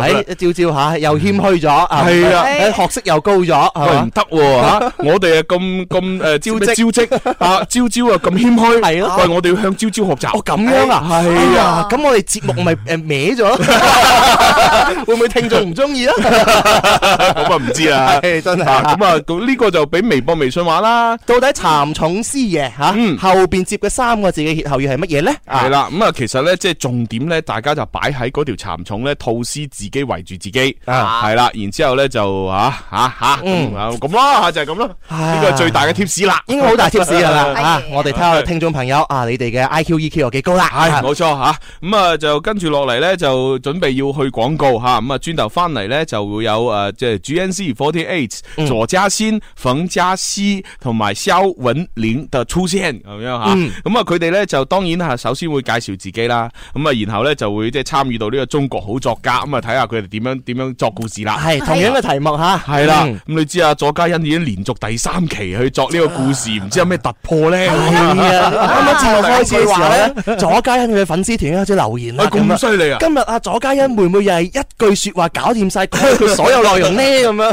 喺照照下又謙虛咗，啊係啊誒學識又高咗，係喂嘛唔得 喎嚇！我哋啊咁咁誒招招招 職啊招招啊咁謙虛，係咯喂我哋要向招招學習。哦咁樣啊，哎係啊，咁我哋節目 咪誒歪咗，會唔會聽眾唔中意啊？咁啊唔知啊，係真係啊 咁啊，咁呢個就俾微博、微信玩啦。嗯到底蠶蟲師爺嚇後邊接嘅三個字嘅歇後語係乜嘢咧？系啦，咁啊，其實咧，即係重點咧，大家就擺喺嗰條蠶蟲咧，吐絲自己圍住自己，系啊嗯啦，然之后咧就吓吓吓咁啊咁啦，就係咁啦，啊呢個係最大嘅 tips 啦，應該好大貼 士㗎啦係啊！我哋睇下聽眾朋友啊，你哋嘅 IQ EQ 有幾高啦？啊哎冇錯吓，咁啊就跟住落嚟咧，就準備要去廣告吓，咁啊轉頭翻嚟咧就會有诶即係 GNC Forty 嗯 Eight 左嘉欣、馮嘉熙同埋肖允玲嘅出現咁樣吓，嗯咁啊佢哋咧就當然係首先會介紹自己啦，咁啊然後咧就會即係參與到呢個中國好作家，咁啊睇下佢哋點樣點樣作故事啦。係同樣嘅題目嚇，系啦，咁嗯你知啊，左嘉欣已經連續第三期去作呢個故事，唔知有咩突破啊咧？係啊！ 啱啱節目開始嘅時候咧，左嘉欣佢嘅粉絲團已經開始留言啦，啊咁犀利啊！今日阿左嘉欣會唔會又係一句説話搞掂晒佢所有內容呢？咁 樣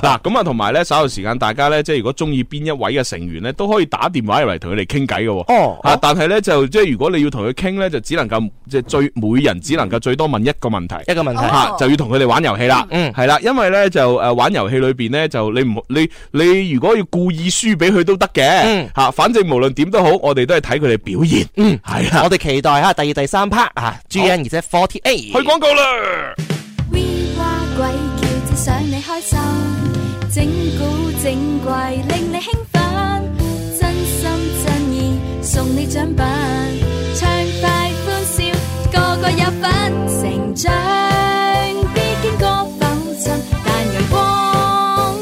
嗱，咁啊，同埋咧，稍後時間大家咧，即係如果中意邊一位嘅成員咧，都可以打電話入嚟同佢哋傾偈嘅喎。哦啊，但係咧就即係如果你要同佢傾咧，就只能夠即係最每人只能夠最多問一個問題。一個問題吓、就要同佢哋玩遊戲啦，嗯係啦，因為咧就诶、呃玩遊戲裏边咧就你唔好你你如果要故意輸俾佢都得嘅，吓、嗯反正無論點都好，我哋都係睇佢哋表現，嗯，系啦，我哋期待嚇第二、第三 part 啊，G N 而且 Forty A 去廣告啦。 We 話鬼叫，只想你開心，整古整怪令你興奮，真心真意送你獎品，暢快歡笑，個個有份成長，必經過浮沉，但陽光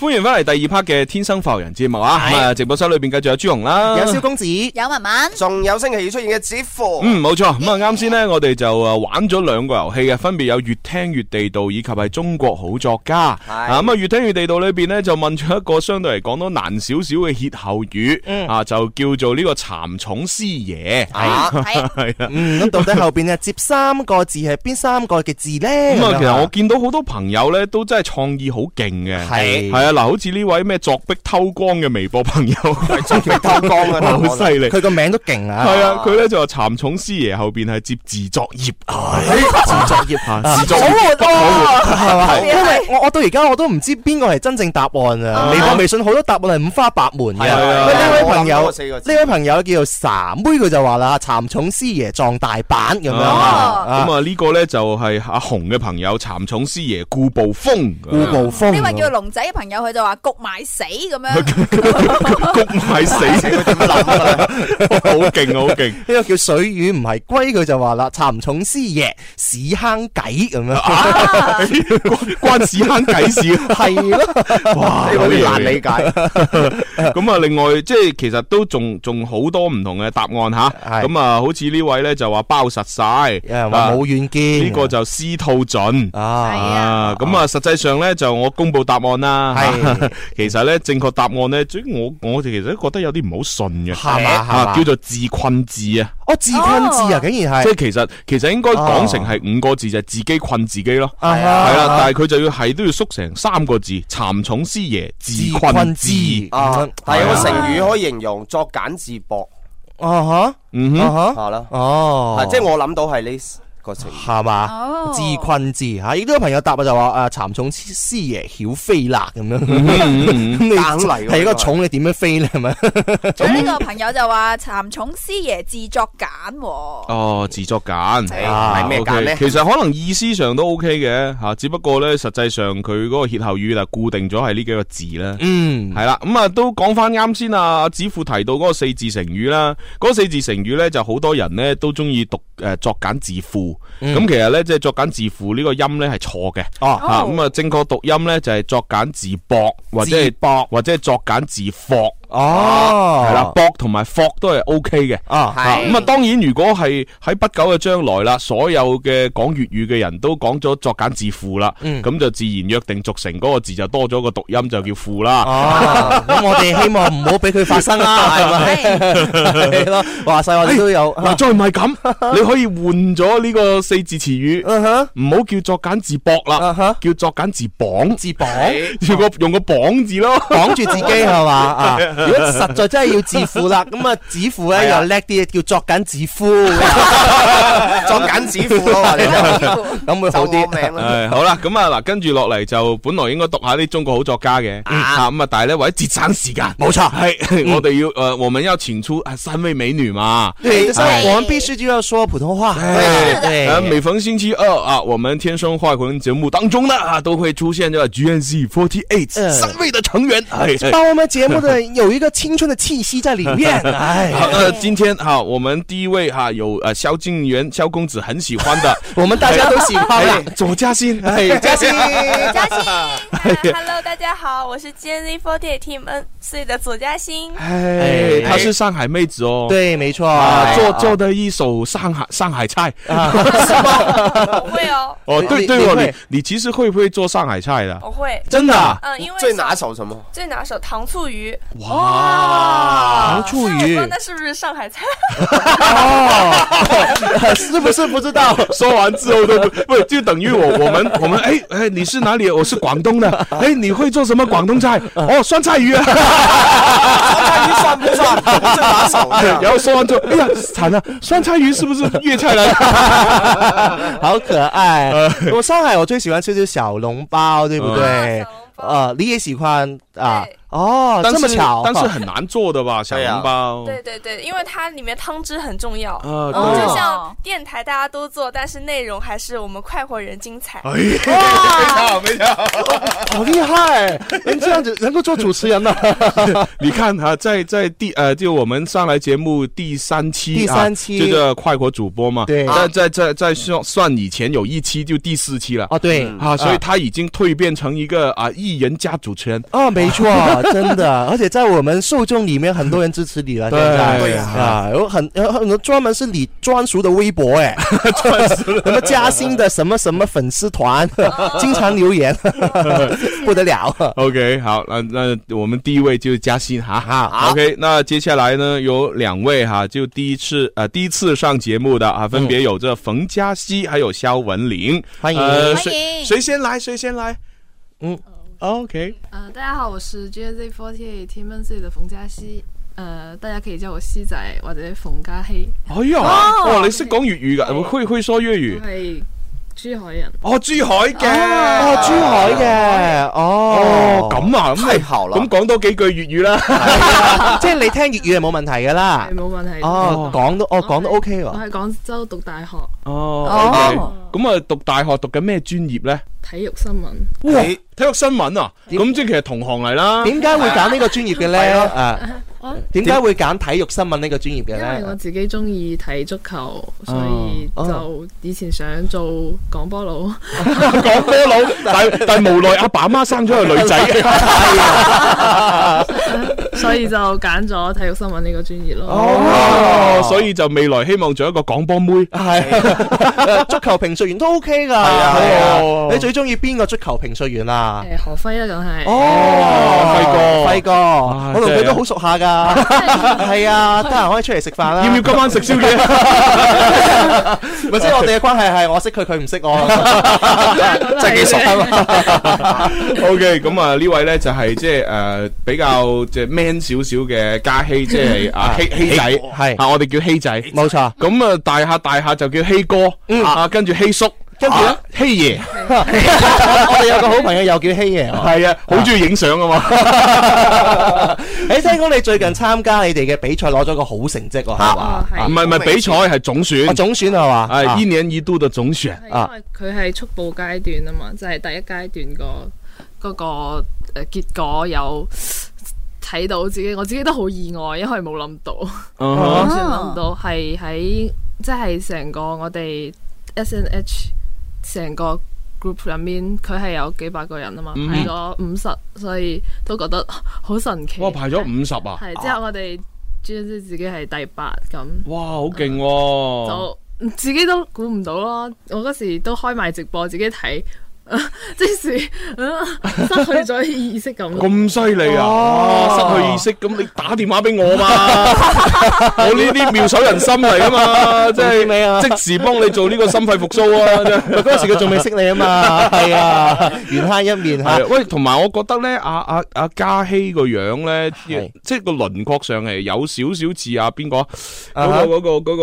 歡迎翻嚟第二 part 嘅《天生浮人》節目啊！咁啊，直播室裏边繼續有朱紅啦，子，啊有文文，仲有星期二出現嘅子父。嗯，冇錯。咁啊，啱先呢，我哋就啊玩咗兩個遊戲嘅，分別有越聽越地道以及係中國好作家。啊，咁啊，越聽越地道裏边呢，就問咗一個相對嚟講都難少少嘅歇後嗯語，啊，就叫做呢個蠶蟲師爺。啊係啊， 嗯，咁到底後边啊接三個字係邊三個嘅字 咧？咁啊，其樣實我見到好多朋友咧，都真係創意好勁嘅，係係啊，嗱，好似呢位咩作壁偷光嘅微博朋友，作壁偷光 啊好犀利，佢個名都勁啊！係啊，佢咧就話蠶蟲師爺後邊係接自作業，哎自作業啊自作好業活啊，係嘛？好 因為我我到而家我都唔知邊個係真正答案啊！微博、微信好多答案係五花八門嘅。係啊呢位朋我諗友，過四個字呢位朋友叫做傻妹，佢就話啦：蠶蟲師爺撞大板咁樣啊啊咁！啊呢個咧就係阿紅嘅朋友蠶蟲師爺顧暴風，啊顧暴風呢位叫龍仔嘅朋友，佢就話焗埋死咁樣。係 死，好勁啊好勁！呢個叫水魚唔係龜，佢就話啦：蠶蟲師爺屎坑計咁樣，啊 關屎坑計事啊係咯，哇有啲難理解。 咁啊，另外即係其實都仲仲好多唔同嘅答案吓。咁啊，好似呢位咧就話包實晒，有人話冇遠見呢個就司兔盡啊。咁啊，實際上咧就我公布答案啦。係， 其實咧正確答案咧，即係我我哋其實都覺得有啲唔好信嘅，係嘛係啊嘛叫做自困字啊。哦，自困字啊，竟然即係係。其實其實應該啊講成係五個字就係自己困自己咯，係啊啦，但係佢就要係都要縮成三個字，蠶蟲師爺自困之啊，係有個成語可以形容作茧自縛，啊哈，嗯啊哈，係咯哦 À, 啊，即係我諗到係呢個成語。係嘛？自困字嚇，亦都有朋友答我就話誒啊蠶蟲師爺曉飛啦咁樣，咁你硬嚟喎係一個蟲，你點樣飛咧？係咪？仲有呢個朋友就話蠶蟲師爺自作簡喎，哦，自作簡啊係咩簡呢 OK，其實可能意思上都 OK 嘅吓，只不過咧實際上佢嗰個歇後語就固定咗係呢幾個字啦。嗯，係啦，咁啊都講翻啱先啊，阿子富提到嗰個四字成語啦，嗰四字成語咧就好多人咧都中意讀诶作簡字賦。嗯咁其實咧即係作簡字賦呢個音咧係錯嘅。哦吓咁啊正確讀音咧就係作簡字博或者自係博或者係作簡字霍。哦 Ờ. 係啦，博同埋霍都係 O K 嘅。啊係咁啊，當然如果係喺不久嘅將來啦，所有嘅講粵語嘅人都講咗作簡字賦啦，嗯咁就自然約定俗成嗰個字就多咗個讀音就叫賦啦。 哦，咁我哋希望唔好俾佢發生啦，係咪？係咯，話晒我哋都有。哎啊嗱，再唔係 咁，你可以換咗呢個四字詞嗯語，唔好叫作簡字博啦，叫作簡字綁。字綁 綁，用個用個綁字咯，綁住自己係 嘛啊！如果實在真係要自負啦，咁啊自負咧係啊又叻啲，叫作緊自夫，作緊自負咯 Ờ. 話你 就咁會好啲。 诶，好啦，咁啊嗱，跟住落嚟就本來應該讀下啲中國好作家嘅，啊咁啊，但係咧為咗節省時間，冇錯系我哋要诶，我們要請出啊三位美女嘛，對，就是哎我們啊必須就要說普通話。哎對呃，每逢星期二啊，我们天生化魂节目当中呢啊，都会出现这个 GNZ Forty Eight 嗯三位的成员，哎，把我们节 目的有一个青春的气息在里面。哎，好，呃，今天哈、我们第一位哈、有呃萧敬元萧公子很喜欢的， 我们大家都喜欢啊啦哎左嘉欣，哎， 哎嘉欣嘉欣哎 Hello，大家好，我是 GNZ48 Team N 四的左嘉欣。哎，她是上海妹子哦，对，没错，啊，做做的一手上海上海 菜，我会哦，哦，对你对哦，你你会你其实会不会做上海菜的？我会，真的啊嗯，因为最拿手什么？最拿手糖醋鱼。哇糖醋鱼那我那是不是哦上海菜？哦 是不是不知道？说完之后都不不就等于我我们我们哎哎你是哪里？我是广东的。哎你会做什么广东菜？嗯哦酸菜鱼啊。算不 算？最拿手啊。然后说完之后，哎呀惨了，酸菜鱼是不是粤菜来的？好可爱。我嗯呃上海我最喜欢吃就是小笼包，对不对？呃，你也喜欢啊？哦，但这么是巧，哦但是很难做的吧？小笼包， 对啊对对，因为它里面汤汁很重要，嗯啊哦对就像电台大家都做，但是内容还是我们快活人精彩。哎哇，没错 Ờ. 好哦厉害！您这样子能够做主持人啊呢？ 你看哈，在在第呃，就我们上来节目第三期啊，第三期就这快活主播嘛，对在在在在算算以前有一期就第四期了啊，对啊，所以他已经蜕变成一个啊艺人加主持人啊，没 错，真的，而且在我们受众里面，很多人支持你了，现对在对呀啊，有很有很多专门是你专属的微博，哎，专属什么嘉兴的什么什么粉丝 团，经常留言， 不得了。啊 OK，好，那那我们第一位就是嘉欣，哈哈。好 OK，那接下来呢有两位哈，就第一次呃第一次上节目的嗯啊，分别有这冯嘉熙还有肖文玲，欢迎呃、欢谁谁先来谁先来？哦嗯，OK，呃，大家好，我是 GZ48 Team NC 的冯嘉熙，呃，大家可以叫我熙仔或者馮家熙，哎呀，哦哇，你识讲粵語噶，會會說粵語？嗯係珠海人。哦，珠海嘅，哦，珠海嘅，哦哦，，咁啊，咁好啦，咁講多幾句粵語 啦。啊即係你聽粵語係冇問題㗎啦係，冇問題哦，講都，哦，講都 OK 我喎，喺廣州讀大學哦，OK，咁啊，讀大學讀緊咩專業咧？體育新聞，哇，體育新聞啊，咁即係其實同行嚟啦。點解會揀呢個專業嘅 咧？啊係啊，點解會揀體育新聞呢個專業嘅因為我咧？自己中意睇足球，所以哦就以前想做廣播 佬，講波佬，但但無奈阿爸媽生咗個女 仔。 啊 所以就揀咗體育新聞呢個專業咯。哦，所以就未來希望做一個廣播妹。 係 足球評述員都 OK 㗎，係啊，你最中意邊個足球評述員啊？誒何輝啦，梗 Ờ. 係哦，輝哥，輝哥，我同佢都好熟下㗎，係啊，得閒可以出嚟食飯啦。要唔要今晚食宵夜？ 咪即係我哋嘅關係係我識佢，佢唔識我，真係幾熟啊嘛！ O K，咁啊呢位咧就係即係诶比較即係 man 少少嘅嘉熙，即係啊希希仔，係啊我哋叫希仔，冇嗯錯。咁啊大下大下就叫希哥，啊跟住希叔，跟住咧希爺， 我哋有個好朋友又叫希爺喎。係啊，好中意影相啊嘛。 誒，聽講你最近參加你哋嘅比賽攞咗個好成績喎，哦係嘛？唔係唔係比賽係總選，總選係啊嘛？係一年一度嘅總選啊因為佢係速報階段啊嘛，就係、第一階段個嗰個誒結果有睇到自己，我自己都好意外，因為冇諗到，哈完全諗到係喺即係成個我哋 S N H 成個 group 入面，佢係有幾百個人啊嘛，嗯排咗五十，所以都覺得好神奇。哇排咗五十啊，係之後我哋專知自己係第八咁。哇啊好勁喎！就自己都估唔到咯。我嗰時都開埋直播自己睇， 即是、 啊失去咗意識咁。咁犀利啊！哦哇失去意識，咁你打電話俾我 嘛？我呢啲妙手仁心嚟噶 嘛，即你啊係即時幫你做呢個心肺復甦啊！ 真係咪嗰陣時佢仲未識你 啊嘛，係啊，緣慳一面嚇係。啊喂，同埋我覺得咧，阿阿阿啊嘉熙個樣咧，即係個輪廓上係有少少似阿邊個啊哈嗰個嗰個嗰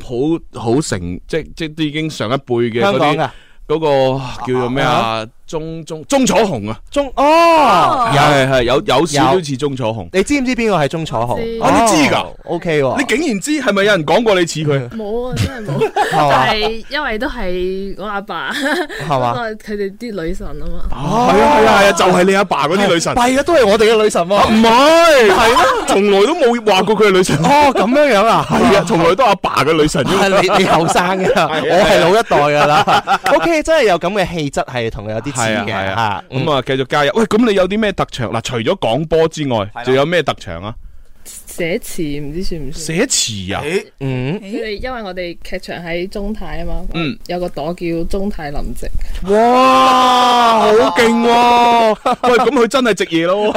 個好好好成，即即都已經上一輩嘅嗰香港啲㗎嗰個叫做咩啊？鍾鍾鍾楚紅啊！中哦，係係有有少少似鍾楚紅。你知唔知邊個係鐘楚豪？知啊你知㗎？O K 喎，你竟然知係咪有人講過你似佢？冇啊，真係冇，係嘛就係因為都係我阿爸，係 嘛佢哋啲女神啊嘛，係啊係啊係啊，就係你阿爸嗰啲女神。哦啊弊啊，都係我哋嘅女神喎。唔係，係咯，從來都冇話過佢係女神。哦，咁樣樣啊，係啊，從來都阿爸嘅女神。係 你你後生啊 嘅，我係老一代㗎 啦。O K，真係有咁嘅氣質，係同佢有啲似係啊嘅係嚇啊。，咁啊繼續加油。喂，咁你有啲咩特長嗱？除咗講波之外，仲有咩特長啊？寫詞唔知算唔算？寫詞啊？嗯佢哋因為我哋劇場喺中泰啊嘛，嗯有個朵叫中泰林夕，嗯哇，好勁喎！ 喂，咁佢真係直嘢 咯。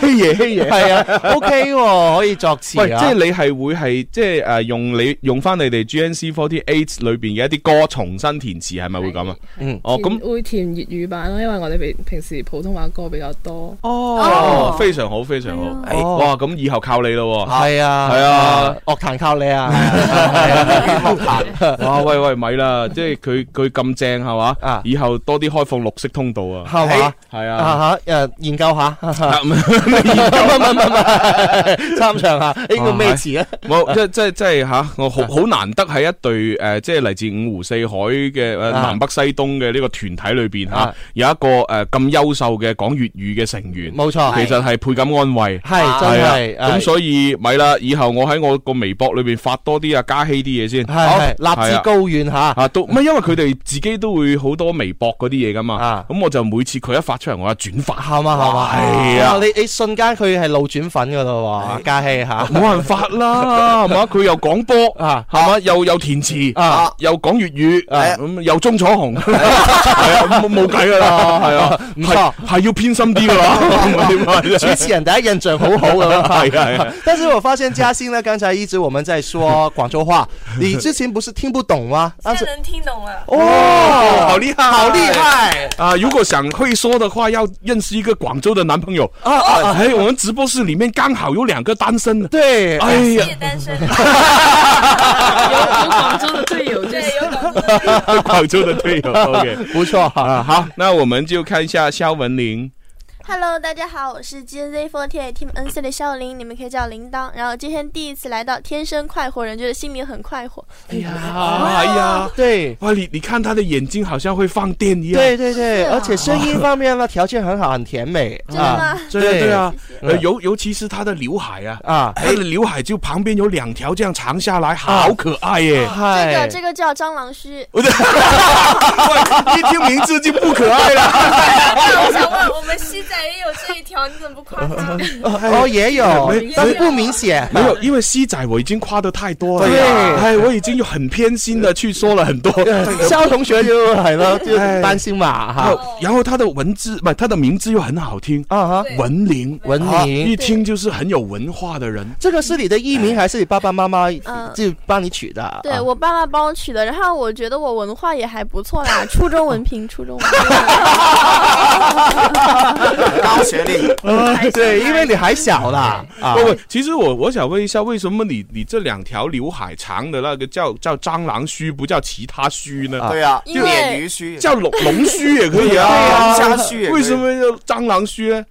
嘿爺嘿爺，係啊，O K 喎，可以作詞喂，啊。即係你係會係即係诶用你用翻你哋 GNC Forty Eight 裏边嘅一啲歌重新填詞係咪會咁啊？嗯，哦咁填會填粵語版咯，因為我哋平平時普通話歌比較多。哦哦哦，非常好，非常好。哦哇，咁以後靠你咯喎。係啊，係啊，樂壇靠你啊， 哇喂喂，咪啦，即係佢佢咁正係嘛，以後多啲開放綠色通道啊，啊係嘛？係啊，啊吓，誒研究下，唔唔唔 參 詳下，哦呢個咩詞啊？冇即即即係吓，我好好難得喺一隊誒，即係嚟自五湖四海嘅誒啊南北西東嘅呢個團體裏邊吓，有一個誒咁優秀嘅講粵語嘅成員，冇錯其實係倍感安慰，係真係啊咁係所以咪啦，以後我喺我個微博裏邊發多啲啊嘉熙啲嘢先，係係立係志啊高遠吓，啊，都唔係因為佢哋自己都會好多微博嗰啲嘢噶啊嘛，咁我就每次佢一發出嚟，我就轉發，係嘛係嘛，係哇啊，哎你你瞬間佢係路轉粉噶咯喎，嘉熙吓，冇辦法 啦，係嘛，佢又講波啊，係嘛，又又填詞啊，又講粵語啊，咁又中楚 紅，係啊，冇冇計噶啦，係啊，唔錯係，係要偏心啲噶啦， 唔係點啊 主 持人第一印象好好咁係啊係啊。 但是我发现嘉欣呢，刚才一直我们在 说广州话，你之前不是听不懂吗？现在能听懂了。哦，好厉害，好厉害！啊！如果想会说的话，要认识一个广州的男朋友啊啊哎，我们直播室里面刚好有两个单身的，对哎 呀， 单身，有广州的队友，对，有广州。广州的队友，OK， 不错啊。好，那我们就看一下肖文玲。 Hello，大家好，我是 GNZ48 Team NC 的少林，你们可以叫铃铛。然后今天第一次来到天生快活人，觉得心里很快活。哎啊，哎呀，对，哇，你你看他的眼睛好像会放电一样，对对对，而且声音方面呢，条件很好，很甜美。啊对啊对啊，呃尤尤其是他的刘海啊，啊，他的刘海就旁边有两条这样长下来，好可爱耶，啊这个这个叫蟑螂须。一听名字就不可爱了。那我想问，我们西仔也有这一条，你怎么不夸奖？哦也有没，但是不明显。哎没有，因为西仔我已经夸的太多了，对哎，我已经有很偏心的去说了很多。 肖同学就系咯，就哎担心嘛然哈后。然后他的文字不，他的名字又很好听啊，文玲，文啊玲一听就是很有文化的人。这个是你的艺名哎还是你爸爸妈妈嗯就帮你取的？对啊我爸爸帮我取的，然后我觉得我文化也还不错啦，初中文凭，初中文凭。高学历 对，因为你还小啦。啊不不，其实我我想问一下，为什么你你这两条刘海长的那个叫叫蟑螂须，不叫其他须呢？对啊就因为鲶鱼须叫龙龙须也可以对啊啊，龙虾须也可以为什么叫蟑螂须呢？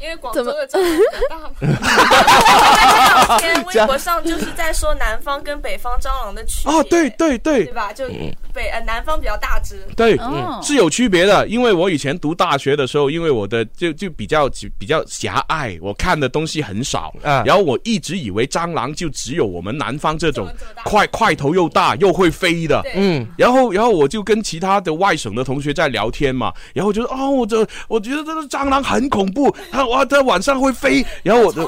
因为 广州的蟑螂比较大嘛。前微博上就是在说南方跟北方蟑螂的区别，啊，对对对对，吧？就北呃南方比较大只，对，嗯哦是 有区别的。因为我以前读大学的时候，因为我的就就比较比较狭隘，我看的东西很少。然后我一直以为蟑螂就只有我们南方这种块块头又大又会飞的。嗯。然后，然后我就跟其他的外省的同学在聊天嘛，然后就说哦，我这我觉得这个蟑螂很恐怖，它哇它晚上会飞。然后我的，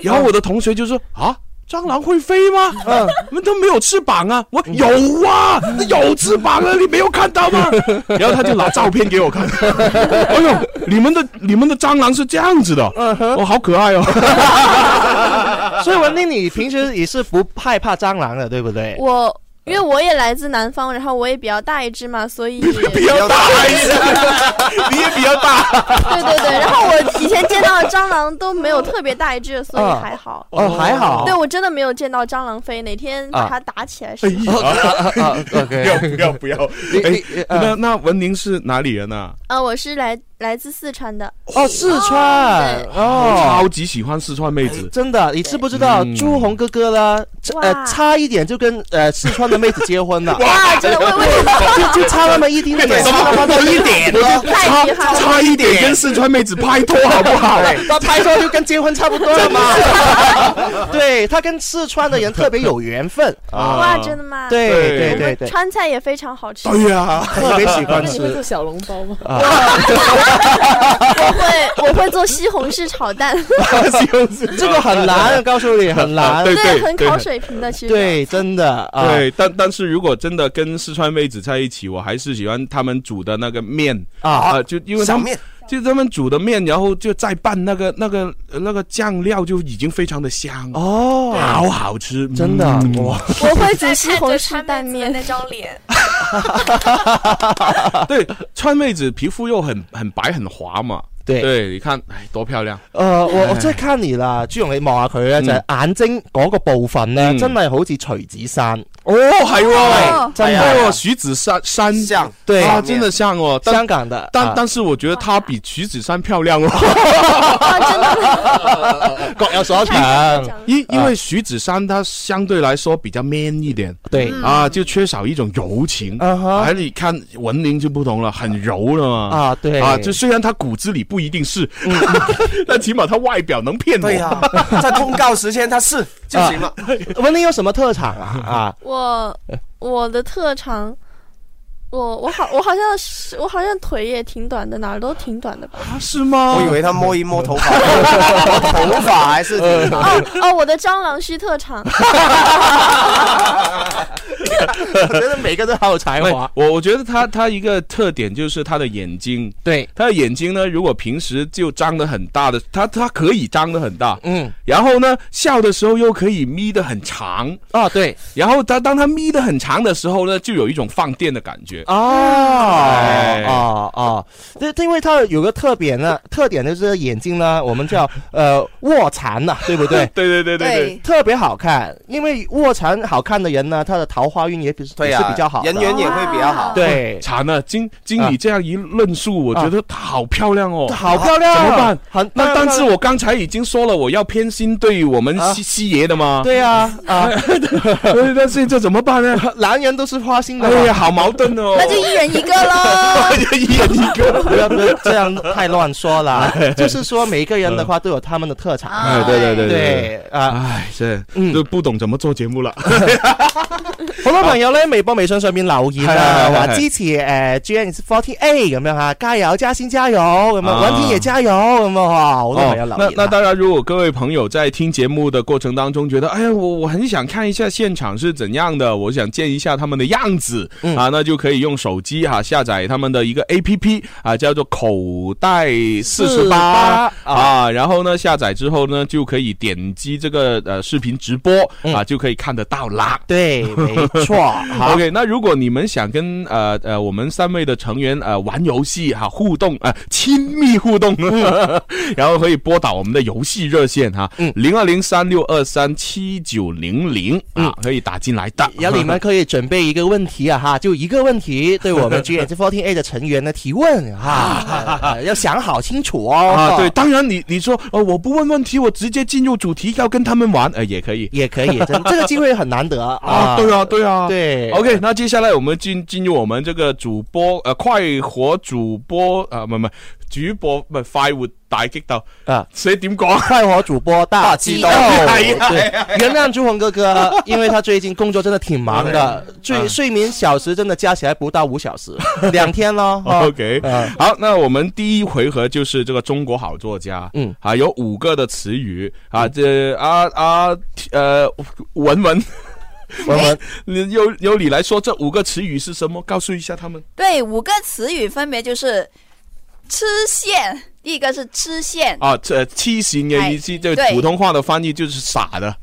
然后我的同学就说啊。蟑螂会飞吗？嗯，们都没有翅膀啊！我有啊，有翅膀啊，你没有看到吗？ 然后他就拿照片给我 看，哎呦，你们的你们的蟑螂是这样子的，我好可爱哦。嗯哦 所以文丽，你平时也是不害怕蟑螂的，对不对？我因为我也来自南方，然后我也比较大一只嘛，所以比较大一只，你也比较 大。对对对，然后我以前见到的蟑螂都没有特别大一只，所以还好。哦，还好。啊对，我真的没有见到蟑螂飞，哪天把它打起来试试。哎啊 不哎要不要不要！哎，那那文宁是哪里人啊？啊，我是来来自四川的。哦，四川哦，超级喜欢四川妹子，哎真的，你知不知道嗯朱红哥哥呢？呃，差一点就跟呃四川的妹子结婚了。 哇真的为为什么就就差那么一丁点，什么差那么一点差太厉害了哎差一点跟四川妹子拍 拖好不好那拍拖就跟结婚差不多 了嘛。对他跟四川的人特别有缘分啊哇，真的吗？对对我对们对，川菜也非常好吃。对呀特别喜欢吃啊那你 会做小笼包吗？ 我会我会做西红柿炒 蛋。这个很难，告诉你很难，对对很对考水平的，其实。对，真的啊，对，但但是如果真的跟四川妹子在一起，我还是喜欢他们煮的那个面啊呃就因为他小们面就他们煮的面，然后就再拌那个那个呃那个酱料，就已经非常的香哦好好吃，嗯真的哇！我会煮西红柿蛋面。那张脸。 对，川妹子皮肤又很很白很滑嘛，对对，你看，哎，多漂亮！诶、呃我我真係卡尼啦，朱容你望下佢嗯咧，就係眼睛嗰個部分咧，真係好似徐子珊。哦， 系喎，真係哦，徐子珊珊像，对啊，真的像哦，但香港的啊但但是我觉得她比徐子珊漂亮哦，各有所长。因因为徐子珊她相对来说比较 man 一点，对啊，就缺少一种柔情，而你看文玲就不同了，很柔了嘛，啊对啊，就虽然她骨子里不一定是， 但起码她外表能骗我，对呀、在通告时间他是就行了。文玲有什么特长啊？啊， 我我的特长，我我好我好像是我好像腿也挺短的，哪儿都挺短的吧？啊是吗我以为他摸一摸头 发，头发还是挺 长哦哦，我的蟑螂须特长， 我觉得每个都好有才华。我我觉得他他一个特点就是他的眼睛，对他的眼睛呢，如果平时就张得很大的，他他可以张得很大，嗯，然后呢笑的时候又可以眯得很长啊，对，然后他当他眯得很长的时候呢，就有一种放电的感觉哦哎哦哦，对，因为它有个特点呢，特点就是眼睛呢，我们叫呃卧蚕 呐、对不对？ 对对对对对对特别好看。因为卧蚕好看的人呢，他的桃花运也比对啊也呀、是比较好的，啊人缘也会比较好。对，惨了，经经啊理这样一论述，啊我觉得她好漂亮哦，好漂亮怎么办？很那但漂是亮我刚才已经说了，我要偏心对我们啊西西爷的嗯嘛， 对呀啊，对，但是这怎么办呢？男人都是花心的嘛。哎呀，好矛盾哦，那就一人一个喽。一人一个，不要不要这样太乱说了。就是说，每个人的话都有他们的特长。哎，对对对对啊，唉，真係都不懂怎么做节目啦。好多朋友咧，微博、微信上面留 言啊，係係係話係支持誒 G N Forty A 咁樣嚇，加油，嘉欣加油咁樣，啊文天爺加油咁啊，好多朋友留哦那言。那当然，如果各位朋友在听节目的过程当中觉得，哎呀，我我很想看一下现场是怎样的，我想见一下他们的样子、啊，那就可以用手机哈、下载他们的一个 A P P 啊，叫做口袋四十八啊啊，然后呢下载之后呢，就可以点击这个呃视频直播啊，就可以看得到啦。对， 沒錯好 OK，那如果你们想跟呃呃我们三位的成员呃玩游戏哈、互动啊、呃、亲密互动， 然后可以拨打我们的游戏热线哈，嗯零二零三六二三七九零零啊，可以打进来的。嗯有你们可以准备一个问题 啊哈，就一个问题对我们 G N Forty A 的成员呢提问啊， 呃要想好清楚哦。啊，对，当然你你说哦，我不问问题，我直接进入主题，要跟他们玩，呃，也可以，也可以，真这个机会很难得 啊，对啊，对啊，对 OK，那接下来我们进进入我们这个主播呃快活主播啊，唔係唔係主播唔係快活大激鬥啊，所以點講？快活主播大激斗，哎呀对哎呀，原谅朱红哥哥， 因为他最近工作真的挺忙的，啊睡睡眠小时真的加起来不到五 小时，两天哦咯。哈 OK，啊好，那我们第一回合就是这个中国好作家，嗯啊，有五个的词语啊，这啊啊呃，文文，文文， 你由由你来说这五个词语是什么？告诉一下他们。对，五个词语分别就是吃线，第一个是吃线，啊，这黐线嘅意思，哎就对普通话的翻译就是傻的，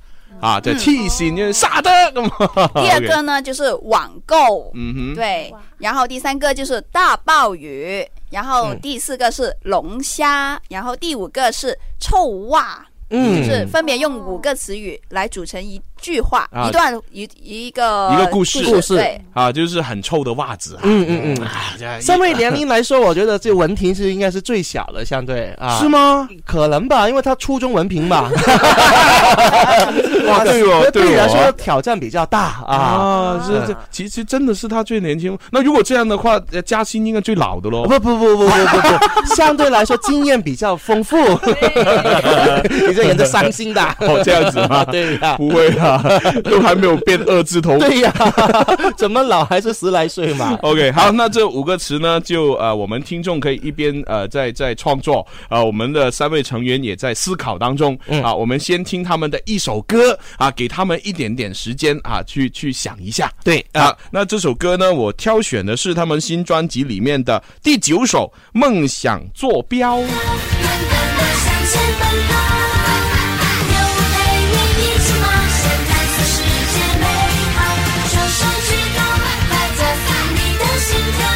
啊，就嗯黐线嘅傻的 咁。第二个 OK，呢就是网购，嗯哼，对，然后第三个就是大鲍鱼，然后嗯第四个是龙虾，然后第五个是臭袜。嗯就是分别用五个词语来组成一句话，啊一段一一个一个故事，呃对，啊，就是很臭的袜子啊，嗯嗯嗯啊这样相对年龄来说，我觉得这文婷是应该是最小的，相对啊，是吗？可能吧，因为他初中文凭嘛。 哇对哦所以对哦 对你来说挑战比较大啊。 啊，这这其实真的是他最年轻。那如果这样的话，呃嘉欣应该最老的喽。啊不不不不 不不不，相对来说经验比较丰富。你这人是伤心的。哦，这样子吗？ 对啊呀不会啊啦，都还没有变二字头。对呀、 怎么老还是十来岁嘛？ OK，好，那这五个词呢，就呃，我们听众可以一边呃在在创作，呃，我们的三位成员也在思考当中、嗯啊。我们先听他们的一首歌啊，给他们一点点时间啊，去去想一下。对啊，那这首歌呢，我挑选的是他们新专辑里面的第九首《梦想坐标》。向前奔跑，有泪也一起冒险，探索世界美好。双手举高，大家奋力的心跳，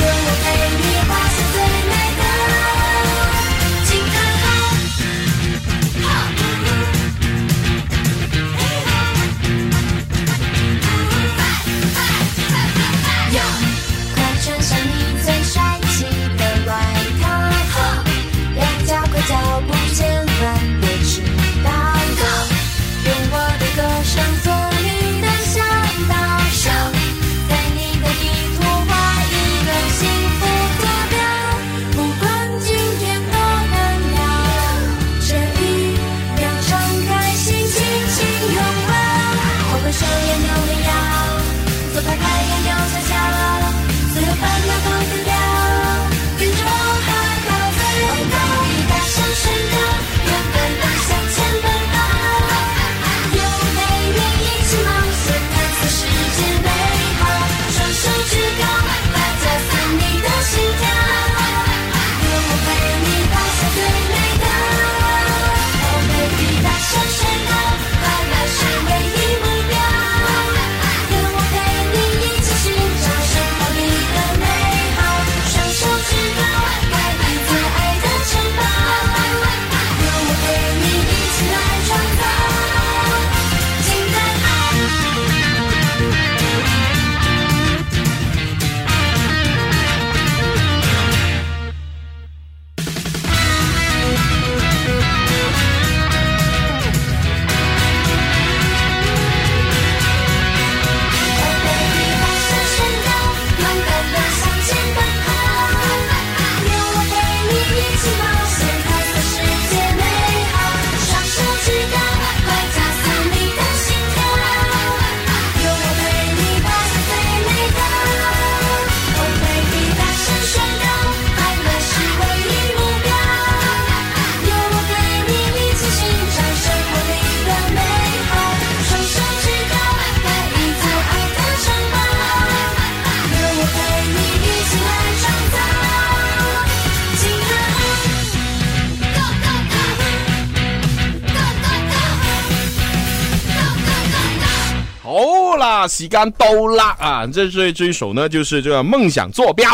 有泪你化身最美的。啦，时间到啦啊！这这这一首呢，就是这个梦想坐标。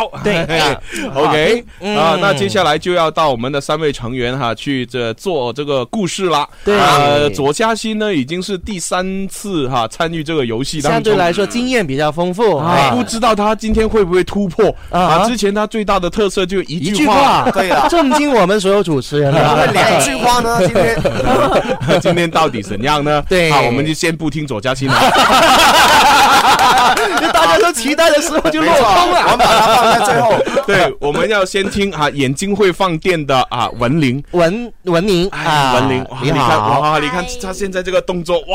对嘿啊，OK 嗯啊，那接下来就要到我们的三位成员哈去这做这个故事啦。对啊，左嘉欣呢已经是第三次哈参与这个游戏当中，相对来说经验比较丰富啊，哎不知道他今天会不会突破啊？啊之前他最大的特色就一一句句话， 啊对啊呀，震惊我们所有主持人啊 了。两句话呢？今 天今天到底怎样呢？对啊，我们就先不听左嘉欣了。大家都期待的时候就落没错空了，我们把它放在最后。对，我们要先听啊，眼睛会放电的啊，文玲，哎文文玲啊，文玲，哇，你你看，好，哇，你看她现在这个动作，哎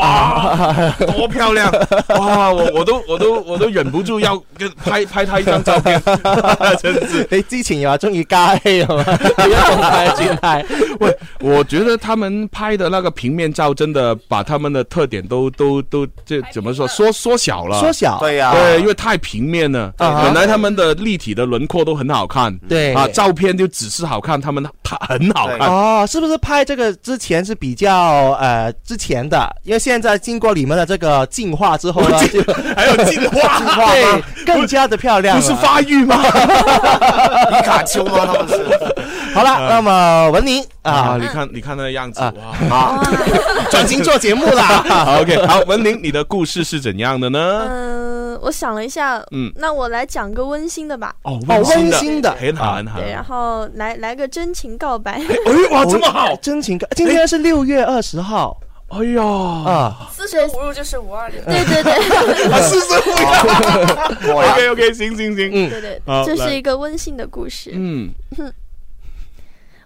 哇，多漂亮，哇，我我都我都我都忍不住要跟拍拍她一张照片， 真是。你之前又話中意加戲係嘛？而家咁快轉態，喂，我觉得他们拍的那个平面照，真的把他们的特点都都都这怎么说缩缩小了，缩小对呀对，因为太平面了，啊哈本来他们的立体的轮廓都很好看，对啊，照片就只是好看，他们他很好看，哦，是不是拍这个之前是比较呃之前的？因为现在经过你们的这个进化之后呢，就还有进化进化吗对，更加的漂亮啊不了，是发育吗？皮卡丘吗？他们是。 好嗯了，那么文宁 啊啊，，你看你看那个样子，哇，啊， 转型做节目 好啦。 ，OK，好，文玲，你的故事是怎样的呢？嗯，我想了一下，嗯那我来讲个温馨的吧。哦温馨的很好很好对，，然后来来个真情告白。啊哎哇，这么好，真情感，今天是六月二十号。哎呀啊，四舍五入就是五二零。对对对啊四舍五嗯 入。OK OK，行行行，对对好，这来是一个温馨的故事。嗯，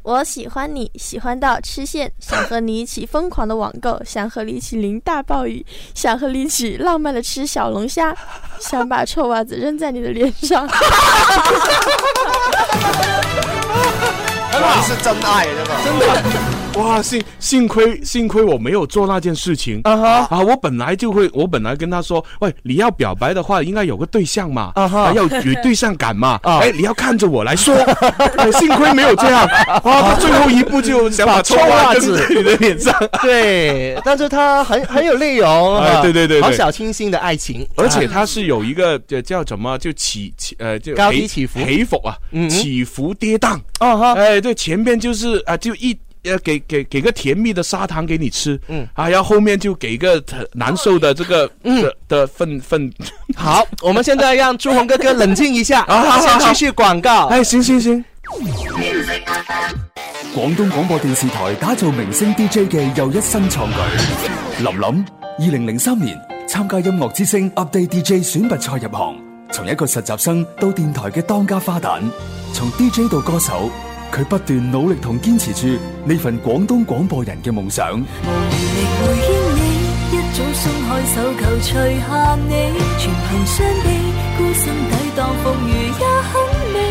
我喜欢你，喜欢到痴线，想和你一起疯狂的网购，想和你一起淋大暴雨，想和你一起浪漫的吃小龙虾，想把臭袜子扔在你的脸上。哇是真爱，真的，真的。哇，幸幸亏幸亏我没有做那件事情啊哈啊！我本来就会，我本来跟他说，喂，你要表白的话，应该有个对象嘛，啊哈要有对象感嘛， 啊哎，你要看着我来说， 哎幸亏没有这样啊！他最后一步就想把把臭臭袜袜扔子在你的脸上，对，但是他很很有内容啊哎对对对对好小清新的爱情，啊而且它是有一个呃叫什么，就起起呃就高低起起伏嗯起伏啊，起伏跌宕。啊哈，哎，对，前面就是啊、就一。呃，给给给个甜蜜的砂糖给你吃，嗯嗯，啊，然后后面就给个呃难受的这个，嗯的的份 份，好，我们现在让朱红哥哥冷静 一下，啊好好好先继续广告。哎，行行行，广东广播电视台打造明星 DJ 嘅又一新创举。林林，二零零三年參加音樂之星 Update DJ 選拔賽入行，從一個實習生到電台嘅當家花旦，從 DJ 到歌手，佢不斷努力同堅持住呢份廣東廣播人嘅夢想。回牽你，一早鬆開手球，除下你，全憑雙臂，孤身抵擋風雨也很美。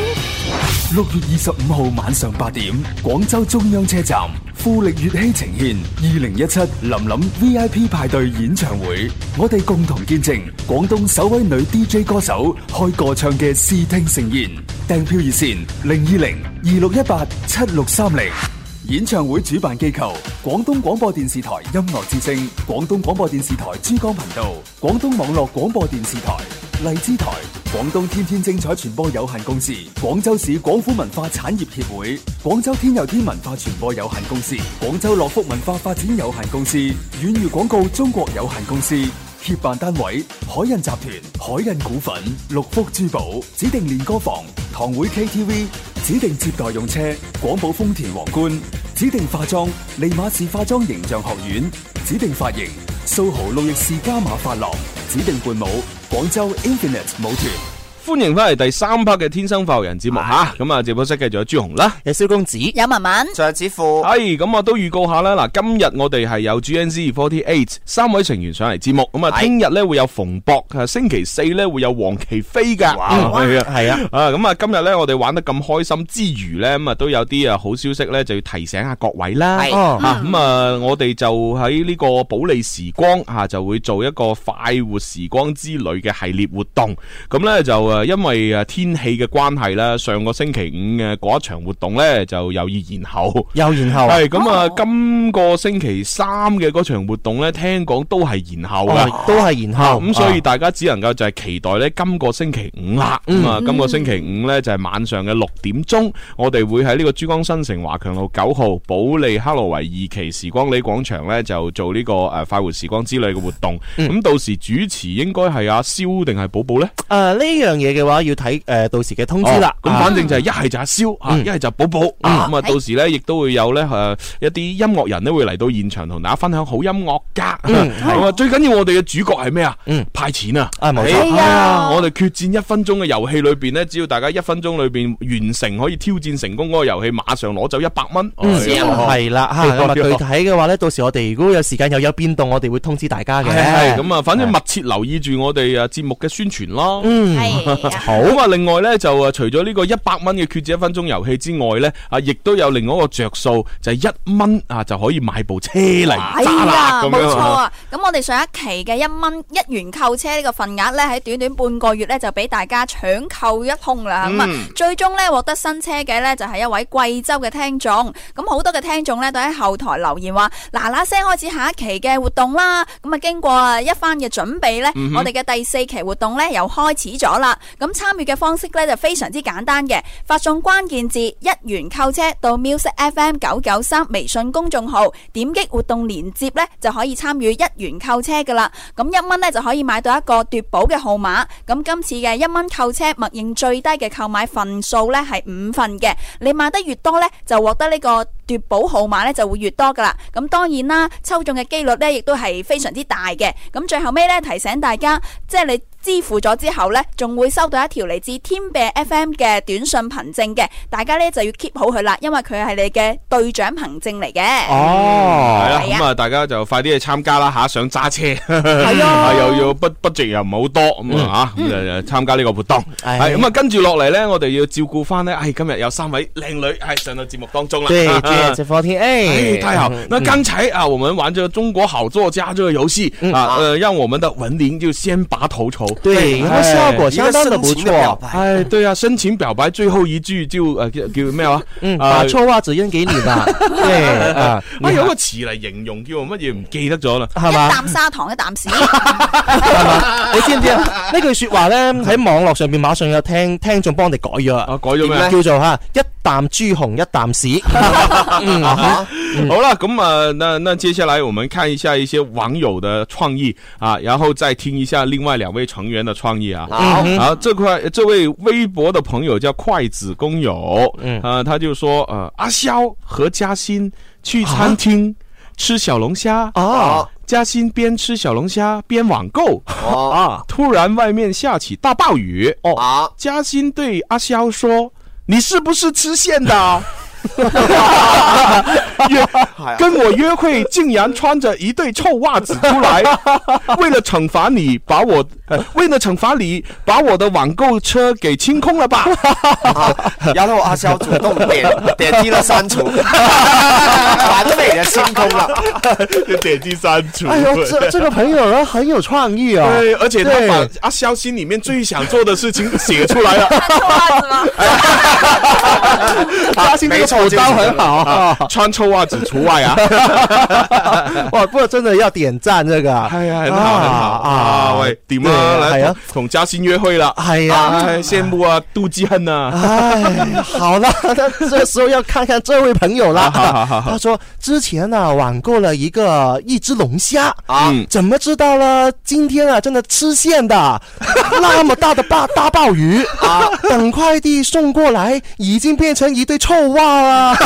六月二十五號晚上八點，廣州中央車站富力粵熙呈現二零一七林林 V I P 派對演唱會，我哋共同見證廣東首位女 D J 歌手開個唱嘅視聽盛宴。訂票熱線零二零二六一八七六三零。演唱會主辦機構：廣東廣播電視台音樂之聲、廣東廣播電視台珠江頻道、廣東網絡廣播電視台、荔枝台、廣東天天精彩傳播有限公司、廣州市廣府文化產業協會、廣州天佑天文化傳播有限公司、廣州樂福文化發展有限公司、遠譽廣告中國有限公司。協辦單位：海印集團、海印股份、六福珠寶、指定練歌房、堂會 KTV、指定接待用車、廣寶豐田皇冠、指定化妝、利馬市化妝形象學院、指定髮型、蘇豪路易士加碼髮廊、指定伴舞、廣州 Infinite 舞團。歡迎翻嚟第三 part 嘅《天生浮人》節目吓，咁啊直播室繼續有朱紅啦，有蕭公子，有文文，仲有子富，係咁啊我都預告下啦，嗱，今日我哋係有 GNZ Forty Eight 三位成員上嚟節目，咁啊係聽日咧會有馮博，啊星期四咧會有黃琪哎飛噶，哇係啊係啊。啊，咁啊，今日咧我哋玩得咁開心之餘咧，咁啊都有啲啊好消息咧，就要提醒下各位啦。係啊哦咁啊，我哋就喺呢個保利時光啊，就會做一個快活時光之旅嘅系列活動。咁咧就诶誒，因為誒天氣嘅關係啦，上個星期五嘅嗰一場活動咧就又要延後，又延後係咁啊，今個星期三嘅嗰場活動咧，聽講都係延後嘅哦，都係延後啊咁所以啊大家只能夠就係期待咧，今個星期五啦，嗯咁啊，今個星期五咧就係晚上嘅六點鐘，我哋會喺呢個珠江新城華強路九號保利克羅維二期時光里廣場咧就做呢個誒快活時光之旅嘅活動，嗯咁到時主持應該係阿蕭定係寶寶咧？誒呃呢樣嘢嘅話，要睇誒到時嘅通知啦啊嗯哦。咁反正就係一係就阿蕭啊，一係就寶寶啊。咁啊，到時咧亦都會有咧誒一啲音樂人咧會嚟到現場同大家分享好音樂噶。嗯咁啊，最緊要我哋嘅主角係咩啊？派錢啊！啊冇錯係係啊！我哋決戰一分鐘嘅遊戲裏邊咧，只要大家一分鐘裏邊完成可以挑戰成功嗰個遊戲，馬上攞走一百蚊。嗯， 哎呀係啦嚇，咁啊具體嘅話咧，到時我哋如果有時間又有變動，我哋會通知大家嘅。係咁啊，反正密切留意住我哋啊節目嘅宣傳咯。嗯係好咁啊！另外咧就啊，除咗呢個一百蚊嘅決戰一分鐘遊戲之外咧，啊，亦都有另外一個着數，就係一蚊啊就可以買部車嚟哎揸啦呀，咁冇樣錯啊啊！咁我哋上一期嘅一蚊一元購車呢個份額呢，喺短短半個月呢，就俾大家搶購一空啦。咁啊、嗯最終呢，獲得新車嘅呢，就係一位貴州嘅聽眾。咁好多嘅聽眾呢，都喺後台留言話：嗱嗱聲開始下一期嘅活動啦！咁啊，經過啊一番嘅準備呢，嗯哼我哋嘅第四期活動呢，又開始咗啦。咁參與嘅方式呢，就非常之簡單嘅，發送關鍵字一元購車到 music FM 九九三微信公眾號，點擊活動連接呢，就可以參與一元購車噶啦。咁一蚊呢，就可以買到一個奪寶嘅號碼。咁今次嘅一蚊購車，默認最低嘅購買份數呢係五份嘅。你買得越多呢，就獲得呢個奪寶號碼呢就會越多噶啦。咁當然啦，抽中嘅機率呢亦都係非常之大嘅。咁最後尾呢，提醒大家，即係你。支付咗之後呢，仲會收到一條嚟自天幣 FM 嘅短信憑證嘅，大家呢就要 keep 好佢啦，因為佢係你嘅隊長憑證嚟嘅。哦係啦，係啊咁啊，大家就快啲去參加啦吓，想揸車，係 啊，又要 bud- budget 又唔係好多咁啊吓，咁嗯就就參加呢個活動。係咁啊，跟住落嚟咧，我哋要照顧翻咧，唉，今日有三位靚女係上到節目當中啦。啊對，今天直播天，哎，哎，太好！那刚才啊，我们玩这个中国好作家这个游戏啊，呃，让我们的文玲就先拔头筹，嗯对哎效果相当的不一个深情错表白 哎，对啊，深情表白最后一句就呃叫叫咩啊？嗯，啊把臭袜子扔給你 吧。對啊，啊，有個詞嚟形容叫乜嘢唔記得咗啦，係一嘛？啖砂糖一啖 屎，你知唔知啊？呢句说話咧喺網絡上面馬上有聽聽眾幫我哋改咗啊！改咗咩叫做吓一啖朱紅一啖屎。嗯啊好了，咁啊，那那接下来我们看一下一些网友的创意啊，然后再听一下另外两位成员的创意啊。好嗯好，这块这位微博的朋友叫筷子工友，嗯，呃，他就说，呃，阿萧和嘉欣去餐厅吃小龙虾啊。嘉欣边吃小龙虾边网购，啊！突然外面下起大暴雨，哦！啊！嘉欣对阿萧说：“你是不是吃线的啊？” 约跟我约会，竟然穿着一对臭袜子出来。为了惩罚你，把我、呃为了惩罚你，把我的网购车给清空了吧？然后阿萧主动点点击了删除，完美的清空了，就点击删除哎呦，这这个朋友呢很有创意啊！对，而且他对把阿萧心里面最想做的事情写出来了。啊嘉欣这个口刀很好啊，穿臭袜子除外啊！ 哇，不过真的要點讚這個啊，系啊，很很好，很好啊！喂，点啊？係来啊，同嘉欣约会了，係啊哎羡慕啊，妒忌恨啊！哎，好了，那这时候要看看这位朋友了。好好好好他说之前呢、网购了一个一只龙虾嗯啊怎么知道呢？今天啊，真的吃线 的，那么大的大大鲍鱼啊，等快递送过来，已经变成一对臭袜了。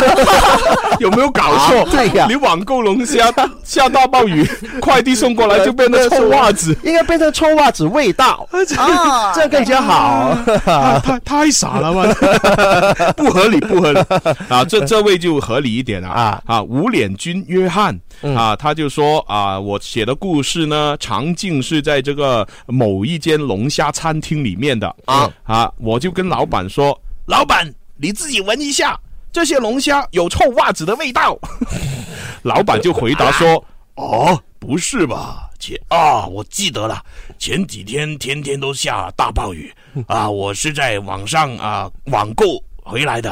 有没有搞错啊？对呀你网购龙 虾下大暴雨，快递送过来就变成臭袜子。，啊应该变成臭袜子味道，啊哦这更加啊好。！嗯太太傻了吧？ 不合理，不合理啊！这这位就合理一点啊啊！无脸君约翰嗯啊，他就说啊，我写的故事呢，场景是在这个某一间龙虾餐厅里面的啊啊，我就跟老板说，老板你自己闻一 下，这些龙虾有臭袜子的味道。老板就回答说。啊哦，不是吧？前啊，我记得了，前几天天天都下大暴雨嗯啊，我是在网上啊网购回来的，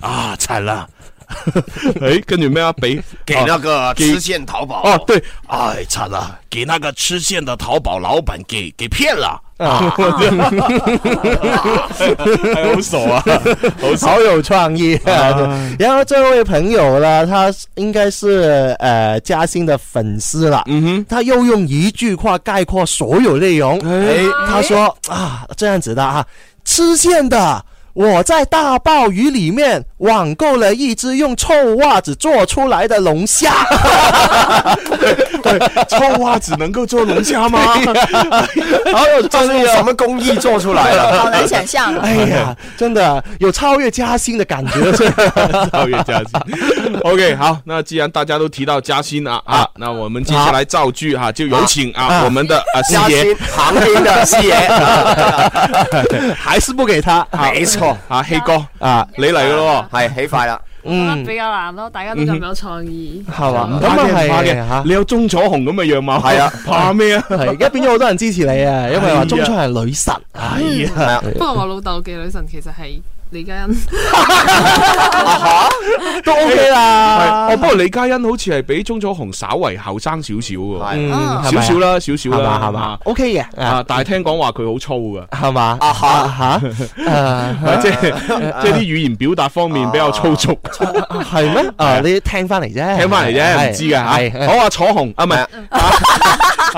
啊，惨了。 哎，跟你们啊要北给那个吃现线淘宝哦，对，哎，惨了，给那个吃线的淘宝老板给给骗了 啊 哎好熟 啊好熟好有创意、啊。 然后这位朋友呢，他应该是呃嘉兴的粉丝了。嗯哼，他又用一句话概括所有内容。哎，他说啊，这样子的啊，吃线的。啊我在大暴雨里面网购了一只用臭袜子做出来的龙虾。臭袜子能够做龙虾吗？ 哎好有这是用什么工艺做出来的？ 好难想象啊哎呀，真的有超越嘉兴的感觉。 超越嘉欣。OK，好，那既然大家都提到嘉欣啊啊，那我们接下来造句哈，就有请啊啊我们的啊师嘉爷欣旁听的师爷还是不给他，没错 啊，希哥啊，你嚟咯，嗯系起快啦，覺得比較難咯，大家都咁有創意。嗯係嘛？唔咁怕啊嘅唔怕係嘅嚇，你有鍾楚紅咁嘅樣貌，係啊， 怕咩啊？係而家變咗好多人支持你啊，因為話中初係女神。嗯係啊嗯不過我老豆嘅女神其實係李嘉 欣。都 OK 啦係哦，不過李嘉欣好似係比鍾楚紅稍為後生少少嗯係咪喎，啊少少啦，少少係嘛啦，係嘛，OK 嘅啊！但係聽講話佢好粗噶，係嘛？啊 嚇嚇，啊即係即係啲語言表達方啊面比較粗俗，係咩？啊，你聽翻嚟啫，聽翻嚟啫，唔知嘅係嚇。好啊，楚紅啊，唔係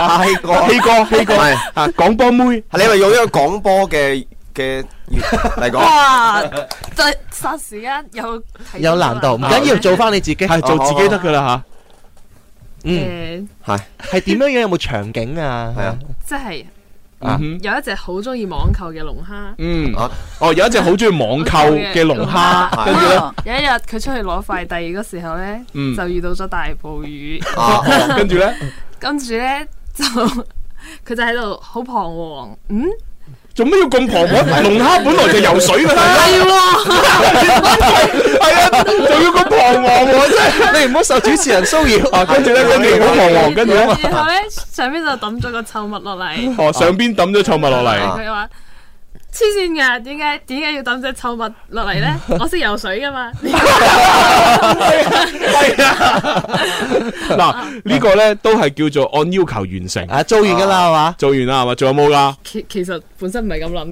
啊，希哥，希哥希哥係啊，廣播妹，你咪用一個廣播嘅嘅粵嚟講，哇！就霎時間有提有難度，唔緊要，做翻你自己，啊係做自己得噶啦嚇。嗯，誒，係係點樣樣？有冇場景啊？係啊，即係啊有一隻好中意網購嘅龍蝦。嗯，哦，有一隻好中意 網購嘅龍蝦，跟住咧。啊有一日佢出去攞快遞嗰時候咧，嗯就遇到咗大暴雨 啊，跟住咧，跟住咧就 佢就喺度好彷徨，嗯，做咩要咁彷徨？龍蝦本來就游水㗎啦係喎，係啊，仲要咁彷徨喎，真 係你唔好受主持人騷擾啊！ 跟住咧，跟住好彷徨，跟住咧，然後咧上邊就抌咗個臭物落嚟，哦，上邊抌咗臭物落啊嚟，佢話。黐線㗎，點解點解要抌隻臭物落嚟 咧？我識游水㗎嘛，嗱呢個咧都係叫做按要求完成啊，做完㗎啦係嘛，做完啦係嘛，仲有冇㗎？其其實本身唔係咁諗，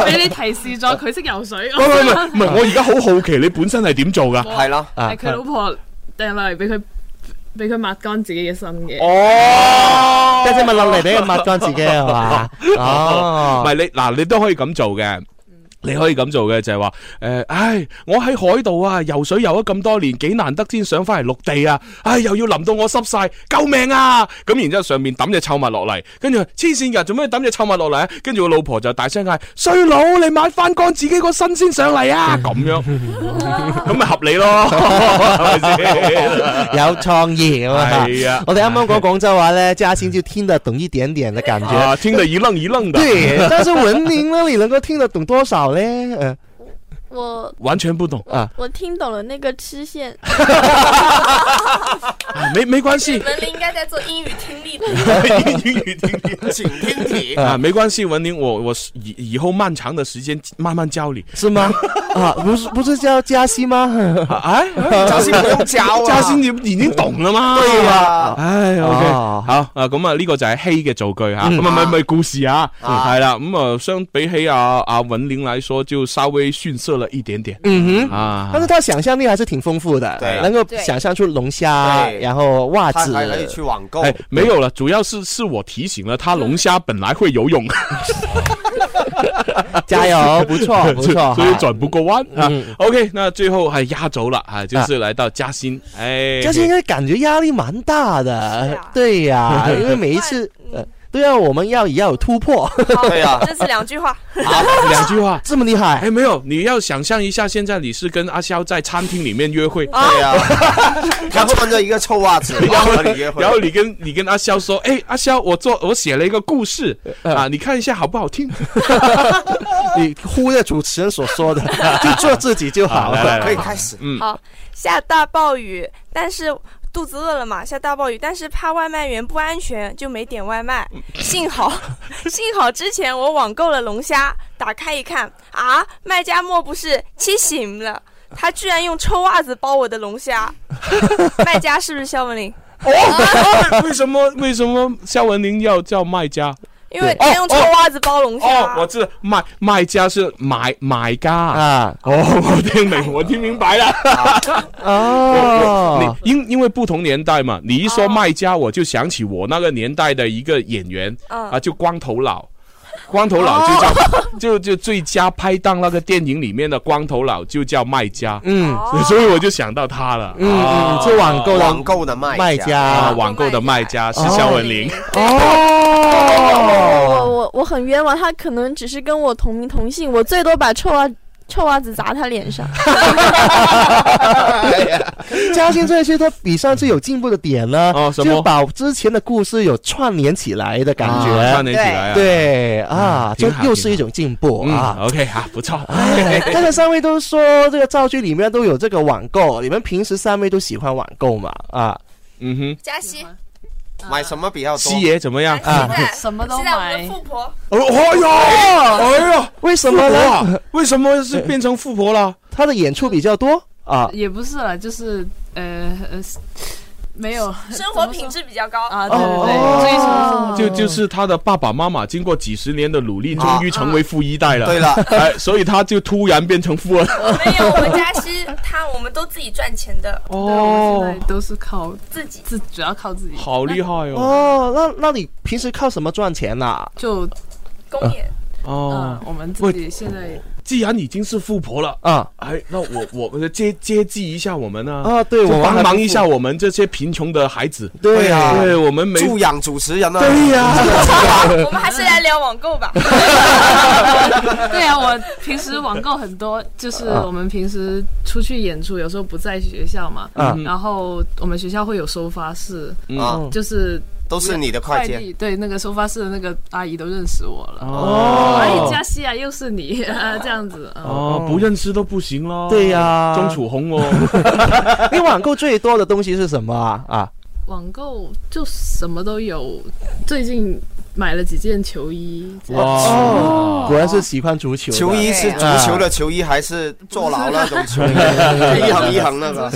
因為俾你 提示咗佢識游水。啊喂喂喂，唔係，我而家好好奇你本身係點做㗎？係咯啊係佢老婆掟落嚟俾佢俾佢抹乾自己嘅身嘅。哦，家姐咪落嚟俾佢抹乾自己啊係 嘛？哦唔係你嗱，你都可以咁做嘅。你可以咁做嘅就係話，诶、唉，我喺海度啊，游水游咗咁多年，幾難得先上翻嚟陸地啊，唉，又要淋到我濕晒，救命啊！咁然之後上面抌隻臭物落嚟，跟住話黐線㗎，做咩抌隻臭物落嚟啊？跟住我老婆就大聲嗌：衰佬，你抹翻乾自己個身先上嚟 啊！咁 樣，咁咪合理咯，係咪 先？有創意咁啊！係啊我哋啱啱講廣州話咧，嘉欣就聽得懂一點點的感啊，覺，聽得一愣一愣的。對，但是文 明呢，你能夠聽得懂多少呢？呃我完全不懂啊。我听懂了那个吃线，没没关系 你，们应该在做英语听力的。英语听 力，请听题啊，没关系，文玲，我我是以以后漫长的时间慢慢教你。是吗？啊，不是不是叫嘉欣嗎？哎， 嘉欣不用教啊嘉欣你已經懂了嗎？對啊唉，OK，哦好啊，咁啊呢個就係希嘅造句吓，嗯咁哎啊咪咪故事啊，啊係啦，咁啊相比起啊啊文玲來說，就稍微遜色了一點點。嗯哼啊但是他想象力还是挺丰富的，对能够想象出龙虾，对然后袜子，网哎，没有了，主要是是我提醒了他，龙虾本来会游泳。 加油，不错不 错，所以转不过弯啊嗯。 OK，那最后还压轴了啊，就是来到嘉欣，哎，嘉欣应该感觉压力蛮大的，对呀、因为每一次，呃，对啊，我们要也要有突破，这是两句话。两句话这么厉害，哎，没有，你要想象一下，现在你是跟阿潇在餐厅里面约会，对啊，他穿着一个臭袜子，然然后后你约会，然后你跟你跟阿潇说，哎，阿潇，我做我写了一个故事啊，你看一下好不好听？ 你忽略主持人所 说的，就做自己就好啊来来了，来可以开始嗯好，下大暴雨，但是肚子饿了嘛，下大暴雨，但是怕外卖员不安全，就没点外卖。嗯幸 好，幸好之前我网购了龙虾，打开一看，啊，卖家莫不是七醒了？他居然用臭袜子包我的 龙虾，卖家是不是肖文林？哦为什么为什么肖文林要叫卖家？因为他用臭袜子包龙虾。哦，我知道卖卖家是买买家啊！哦，我听明，我听明白了。哦，你因因为不同年代嘛，你一啊说卖家，我就想起我那个年代的一个演员嗯啊，就光头佬。光头哦佬就叫 就就最佳拍档那个电影里面的光头佬就叫卖家，嗯，哦所以我就想到他了。嗯嗯就网购的哦网购的卖卖家啊，网购的卖家是肖文林。我哦，我我我很冤枉，他可能只是跟我同名同姓，我最多把臭袜臭袜子砸他脸上。嘉欣这一期他比上次有进步的点呢，哦什么就把之前的故事有串联起来的感觉，啊串联起来啊嗯对啊，就挺好又是一种进步嗯啊。 ，OK 啊，不错。哎刚才三位都说这个造句里面都有这个网购，你们平时三位都喜欢网购嘛？啊，嗯哼，加西，买什么比较多？西爷怎么样啊？什么都现在我们的富婆哎呦，哎呦，为什么富婆啊呢？为什么是变成富婆了？ 他的演出比较多啊，也不是啦，就是呃 呃，没有生活品质比较高啊，对对对，追哦求就就是他的爸爸妈妈经过几十年的努力，终于成为富一代了。对了 哎，所以他就突然变成 富二代。没有，我们嘉熙他我们都自己赚钱的，哦，都是靠自己自主要靠自己，好厉哎害哦！哦，那那你平时靠什么赚钱呢、就公演。哦嗯，，我们自己现在既然已经是富婆了啊，哎，那我我我接接济一下我们呢？啊就对我们帮还忙不一富下我们这些贫穷的孩子。对呀对我们没助养主持人啊，对呀，我 们还是来聊网购吧。 对啊，我平时网购很多，就是啊我们平时出去演出，有时候不在学校嘛，啊嗯然后我们学校会有收发室，嗯啊就是都是你的快捷递，对那个收发室的那个阿姨都认识我了。哦哎，嘉熙啊，又是你啊，这样子。嗯哦，不认识都不行咯。对呀钟楚红哦。 你网购最多的东西是什么啊？啊，网购就什么都有，最近买了几件球衣。这样子哦，果然是喜欢足球的。球衣是足球的球衣还是坐牢那种球衣？一行一行那 个。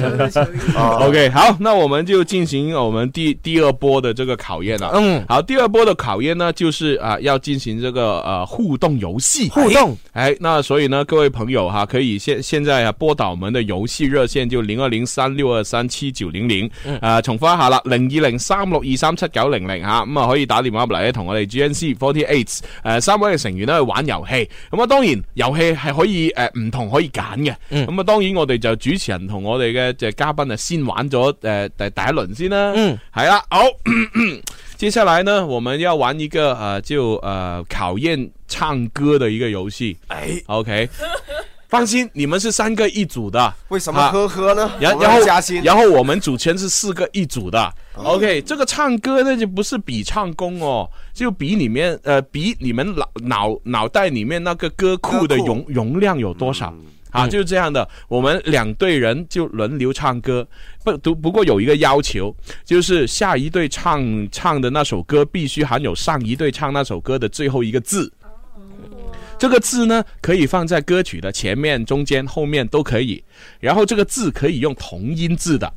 哦 OK，好，那我们就进行我们第第二波的这个考验了。嗯，好，第二波的考验呢，就是啊、要进行这个呃互动游戏。互动哎，那所以呢，各位朋友哈，可以现现在啊拨打我们的游戏热线就零二零三六二三七九零零，嗯啊重複一下啦，零二零三六二三七九零零吓，咁啊可以打電話入嚟咧，同我哋 GNC Forty Eight 誒三位嘅成員咧去玩遊戲。咁啊當然遊戲係可以誒唔、同可以揀嘅，咁啊、當然我哋就主持人同我哋嘅就嘉賓啊先玩咗誒、呃第第一輪先啦，嗯，係啦，好。 接下来呢，我们要玩一个呃，就呃考验唱歌的一个游戏。哎，OK，放心，你们是三个一组的，啊为什么呵呵呢？然我们然后加薪，嗯然后我们主持人是四个一组的。OK，这个唱歌呢就不是比唱功哦，就比里面呃比你们脑脑脑袋里面那个歌库的歌库嗯容容量有多少。啊，就是这样的，我们两队人就轮流唱歌，不不不过有一个要求，就是下一队唱唱的那首歌必须含有上一队唱那首歌的最后一个字。这个字呢，可以放在歌曲的前面、中间、后面都可以。然后这个字可以用同音字的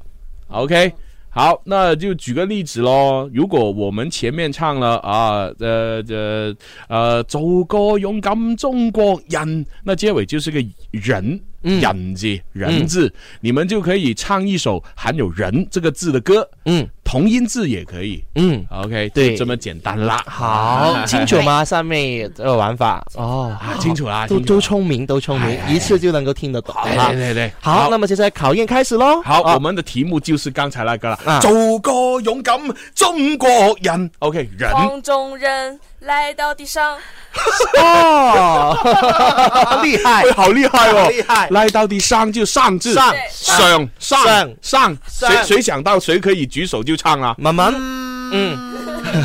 ，OK。好，那就举个例子咯。如果我们前面唱了啊，呃呃呃，做个勇敢中国人，那结尾就是个人，人字，人字，你们就可以唱一首含有“人”这个字的歌，嗯同音字也可以。嗯， OK，对就这么简单啦。好清楚吗？三妹这个玩法哦，清楚啦哎都清楚哎都聪明，都聪明，一次就能够听得懂对啊对。对对，好，那么接下来考验开始喽。好，啊我们的题目就是刚才那个啊了，做个勇敢中国人。OK，人。黄种人来到地上，哦，厉 害哎，好厉害哦！厉害来到第上就上字，上上上上，谁上谁想到谁可以举手就唱啊啦？慢慢，嗯，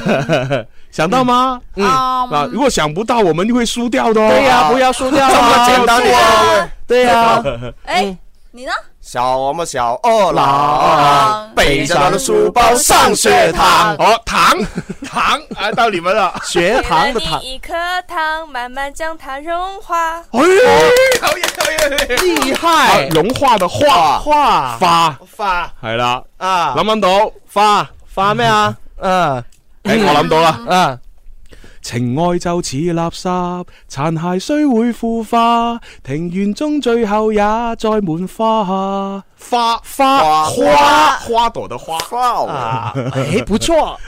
想到吗？嗯啊，如果想不到，我们就会输掉的哦。对呀，不要输掉啊，简单对呀的，对呀，哎，你呢？小我们小二郎，啊，北背着他的书包上学堂。哦， 糖糖啊，到你们 了，学堂的给了你一颗糖，慢慢将它融化。哎呦，厉害！融化的化化花花系啦，啊諗唔諗到花花咩啊？嗯，诶，我諗到啦，嗯。情愛就似垃圾，殘骸雖會腐化，庭園中最後也載滿花。花花花花朵的花啊哎 不错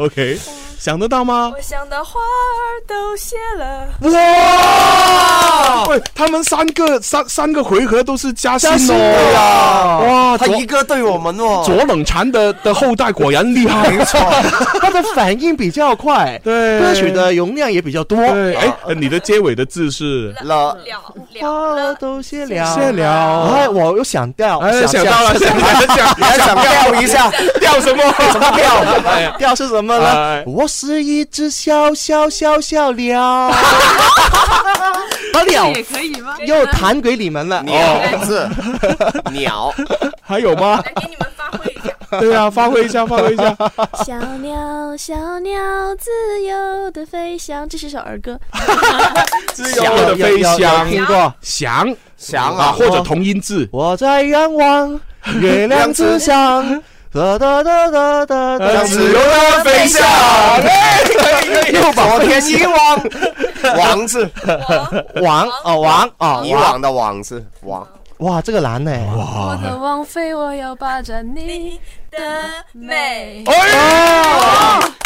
，OK，想得到吗？我想的花儿都谢了。哇！喂，他们三个三三个回合都是加薪加薪哦啊的呀哇，他左一个对我们哦，左冷禅的的后代果然厉害， 没错，他的反应比较快，对歌曲的容量也比较多。对，哎，呃你的结尾的字是了花儿都谢了，谢了哎，我又想掉，哎，想掉到 了，想想还想钓一下，钓什么？什么哎掉呀？掉是什么呢哎？我是一只小小小小鸟， 把鸟可以吗？又弹给你们了。哦鸟 字，鸟，还有吗？对啊，发挥一下，发挥一下。小鸟，小鸟，自由的飞翔。这是首儿歌，自由的飞翔，有有有有听过翔翔啊，啊或者同音字。我在仰望月亮之上，哒哒哒哒哒哒，自由的飞翔。哎可以可以又把昨天以往，王字，王哦王哦以往的往字，王。哇，这个难呢。哇渴望飞，我要霸占你的美。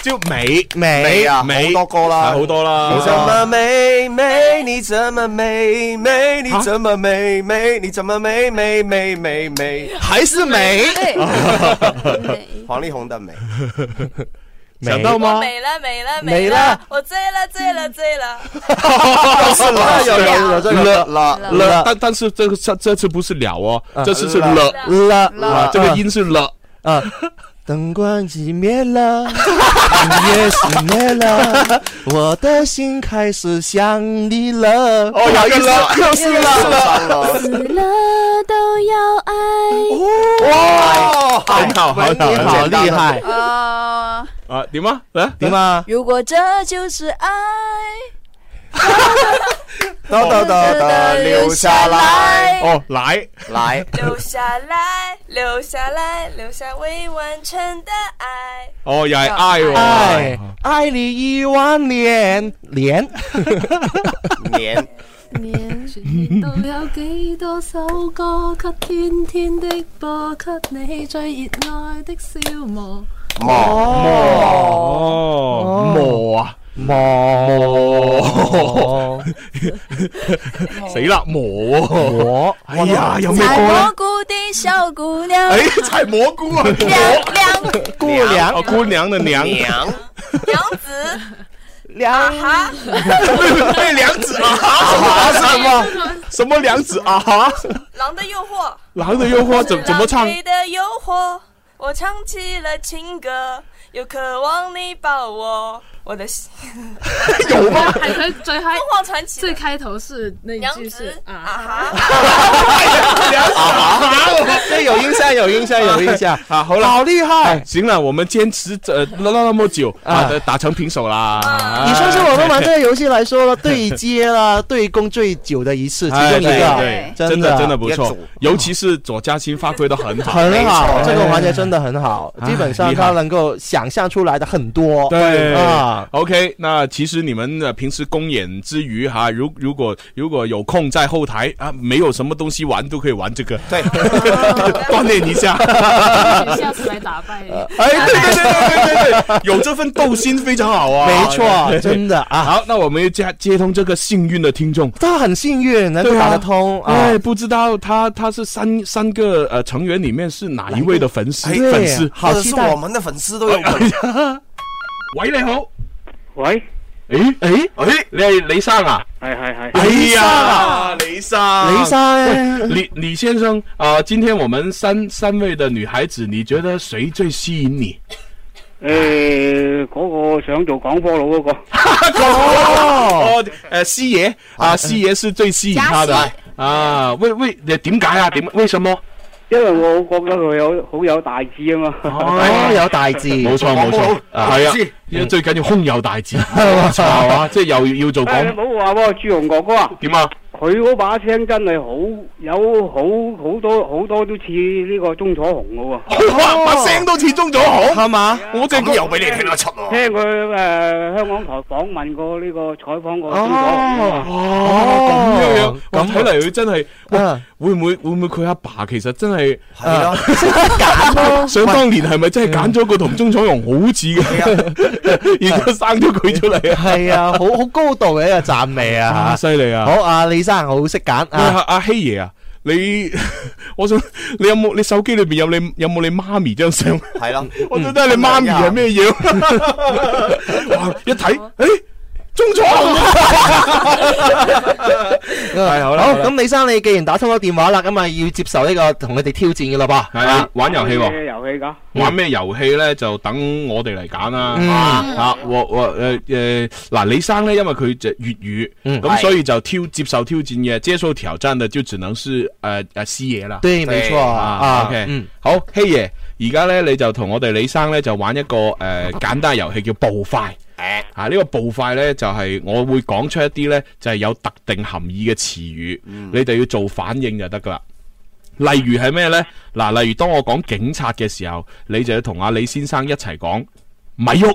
就美美美啊，美好多歌啦，好多啦你怎么美美？你怎么美美？你怎么美美？你怎么美美美美美？还是美 黄丽宏的美，想到我吗？没了没了没了了，我醉了醉了醉了。 又是了，又有了这个了了了，但但是这个这这次不是了哦，这次是了了啊，这个音是了。啊，灯光已灭了，音乐熄灭 了，我的心开始想你了。哦有一了又是了死了都要爱。哇，很好，很好，你好很简单厉害啊！啊！点啊？来点啊？如果这就是爱，哒哒哒哒留下来，哦，来来，留下来，留下来，留下未完成的爱。哦，又系 I 爱喎，爱你一万年年， 年年到有幾多首歌，給天天的播，給你最熱愛的消磨。哦哦，磨啊，磨，死啦，磨，我哎呀，有咩采歌咧蘑？菇的小姑娘，哎，采蘑菇啊，娘娘姑娘哦，姑娘的娘， 娘娘子，娘哈，对，娘子啊哈，什么 什么娘子啊哈，狼的诱惑，狼的诱惑怎怎么唱狼？的诱惑，我唱起了情歌，又渴望你抱我。我的心，有吗？係佢最開凤凰传奇最開頭是那一句是啊，啊哈， 这哎有印象，有印象，有印象。啊， 好了，好厉害！行了，我们坚持呃唠唠那么久啊，打成平手啦。你算是我们玩这个游戏来 说了，对接了对攻最久的一次，其哎中一对个，啊对，真真的的真的不一错组，尤其是左嘉欣发挥的很好， 很好没，错这个环节真的很好，基本上哎厉害他能够想象出来的很多。对啊， OK，那其实你们呃平时公演之余哈，如如果如果有空在后台啊，没有什么东西玩都可以玩这个，对，锻炼一下。下次來打敗你。哎，对对对对对对对， 有这份斗心非常好啊，没错，真的啊，好，那我们又接接通这个幸运的听众。他很幸运能够对啊打得通啊哎，。不知道他他是三三个呃成员里面是哪一位的粉丝？哎对哎粉丝，好或者期是待我！们的粉丝都有可能。 喂，你好，喂，诶诶诶，你系李生啊？系系哎系，呀，李生，雷山，啊李李先生啊、呃今天我们三三位的女孩子，你觉得谁最吸引你？诶，哎嗰个想做广播佬嗰个，哦，呃，师爷啊，师爷是最吸引他的加戏啊，为为呃点解啊？点为什么？因為我覺得佢有好有大志啊嘛。哦，有大 志，哎冇錯冇錯，係啊，嗯最緊要胸有大志，係嘛，即係啊又要做唉你廣哎唔好話喎，朱紅哥哥啊，點啊？佢嗰把聲真係好有好好多好多都似呢個鐘楚紅嘅哇！把聲都似中咗行， 係嘛？我正又俾你聽得出喎。啊聽佢誒、呃香港台訪問過呢、個採訪過鐘楚紅啊嘛。哦哦，咁樣樣，哇睇嚟佢真係，哇，會唔會會唔會佢阿爸其實真係係啊 咯，啊想當年係咪真係揀咗個同鐘楚紅好似啊嘅，而家生咗佢出嚟啊？係啊，好好高度嘅一個讚美 啊，啊犀利啊！好，阿李生好識揀喂阿啊，阿希爺啊，你 我想你有冇你手機裏邊有你有冇你媽咪張相？係咯， 我想睇下你媽咪係咩樣。嗯 哇！一睇，誒，中咗。係嗯好啦。好，咁李生你既然打通咗電話啦，咁啊要接受呢個同佢哋挑戰嘅啦噃。係啊，玩遊戲咩喎。遊戲㗎？玩咩遊戲咧？就等我哋嚟揀啦。嗯啊，我我誒誒，嗱，李生咧，因為佢就粵語，咁嗯係所以就挑接受挑戰嘅，接受挑戰嘅就只能是呃誒誒師爺啦。對沒錯啊，OK，嗯好，希爺，而家咧你就同我哋李生咧就玩一個誒簡單遊戲叫步快。啊！呢、個步快呢，就係、我會講出一啲呢，就係、有特定含義嘅詞語，你哋要做反應就得噶啦。例如係咩呢？嗱，例如當我講警察嘅時候，你就要同阿李先生一齊講咪喐。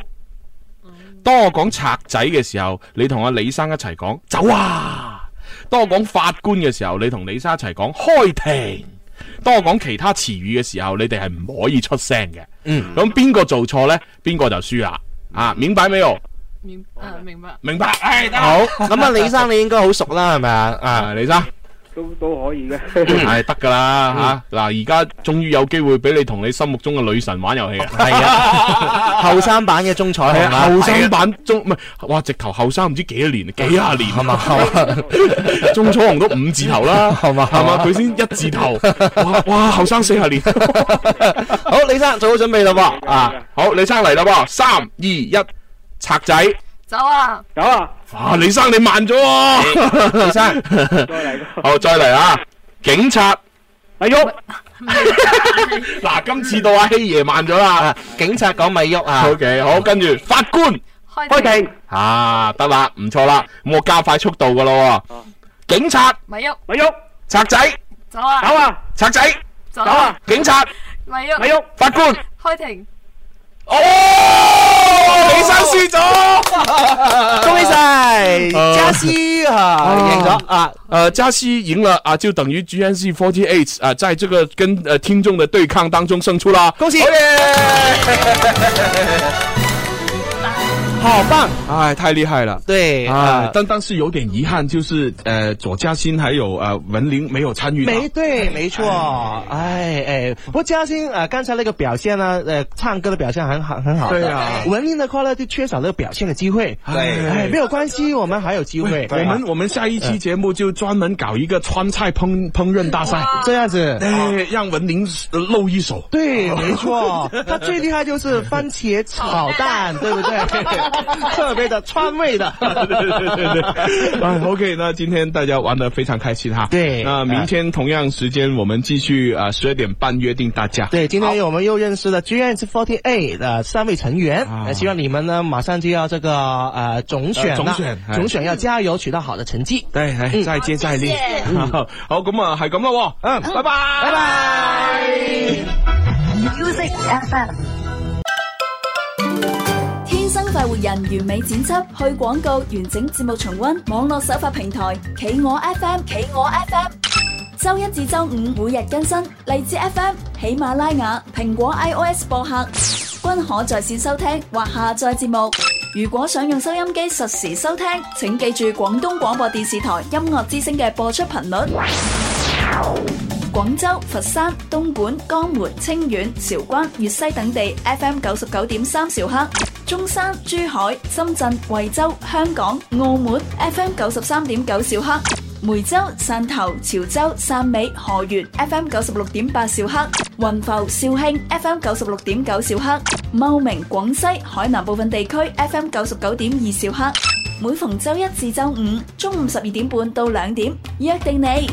當我講賊仔嘅時候，你同阿李生一齊講走啊。當我講法官嘅時候，你同李生一齊講開庭。當我講其他詞語嘅時候，你哋係唔可以出聲嘅。嗯，咁邊個做錯呢？邊個就輸啦。啊，明白沒有？明啊明白。明白，唉，得啦好，咁啊李生你應該好熟啦，係咪啊？啊，李 生。都都可以嘅。系得噶嗯啦吓，嗱而家終於有機會俾你同你心目中嘅女神玩遊戲啊！係啊，後生版嘅中彩係虹啊，後生版中唔係，哇直頭後生唔知幾多年，幾廿年係嘛？ 啊中彩虹都五字頭 啦，係嘛？係嘛？佢先一字頭，哇哇後生四十年。好，李生做好準備啦噃，啊，好，李生嚟啦噃，三二一，賊仔，走啊！走啊！啊李生你慢咗喎，李 生，好再嚟啊，警察，咪喐。嗱，今次到阿希爺慢咗啦，警察講咪喐啊 O K，好，跟住法官開庭，啊，得啦，唔錯啦，咁我加快速度噶咯喎，警察、咪喐，咪喐，賊仔、走啊！走啊！賊仔、走啊！警察、咪喐，咪喐，法官，開庭。哦李生輸咗，恭喜晒啊嘉斯啊，贏咗啊！呃，加西赢了啊，就等于 GNC Forty Eight 啊，在这个跟呃听众的对抗当中胜出啦，恭喜好耶！好棒！哎，太厉害了。对啊啊，但但是有点遗憾，就是呃，左嘉欣还有呃文玲没有参与到。没对，没错。哎哎，不过嘉欣啊，刚才那个表现呢，呃，唱歌的表现很好，很好的。对啊文丽的话呢，就缺少那个表现的机会。对哎，没有关系，我们还有机会。我们我们下一期节目就专门搞一个川菜烹烹饪大赛，这样子。哎，让文玲呃露一手。对，没 错，他最厉害就是番茄炒蛋，对不对？ 特别的川 味的。 哎，OK，那今天大家玩的非常开心哈。对那明天同样时间我们继续啊，十二点半约定大家。 对，今天我们又认识了 GNS Forty Eight 的三位成员，呃希望你们呢马上就要这个呃总选啊呃总了，选哎总选要加油，取到好的成绩。嗯对，哎，再接再厉。 好，好咁啊，系咁咯。嗯，拜拜，拜拜。 Music FM。天生快活人完美剪輯，去廣告完整節目重温，網絡首發平台企鵝 FM，企鵝 FM。周一至周五每日更新，荔枝 FM、喜馬拉雅、蘋果 iOS 播客均可在線收聽或下載節目。如果想用收音機實時收聽，請記住廣東廣播電視台音樂之聲嘅播出頻率。廣州、佛山、東莞、江門、清遠、韶關、粵西等地 FM 九十九點三兆赫；中山、珠海、深圳、惠州、香港、澳門 FM 九十三點九兆赫；梅州、汕頭、潮州、汕尾、河源 FM 九十六點八兆赫；雲浮、肇慶 FM 九十六點九兆赫；茂名、廣西、海南部分地區 FM 九十九點二兆赫。每逢周一至周五中午十二點半到兩點，約定你。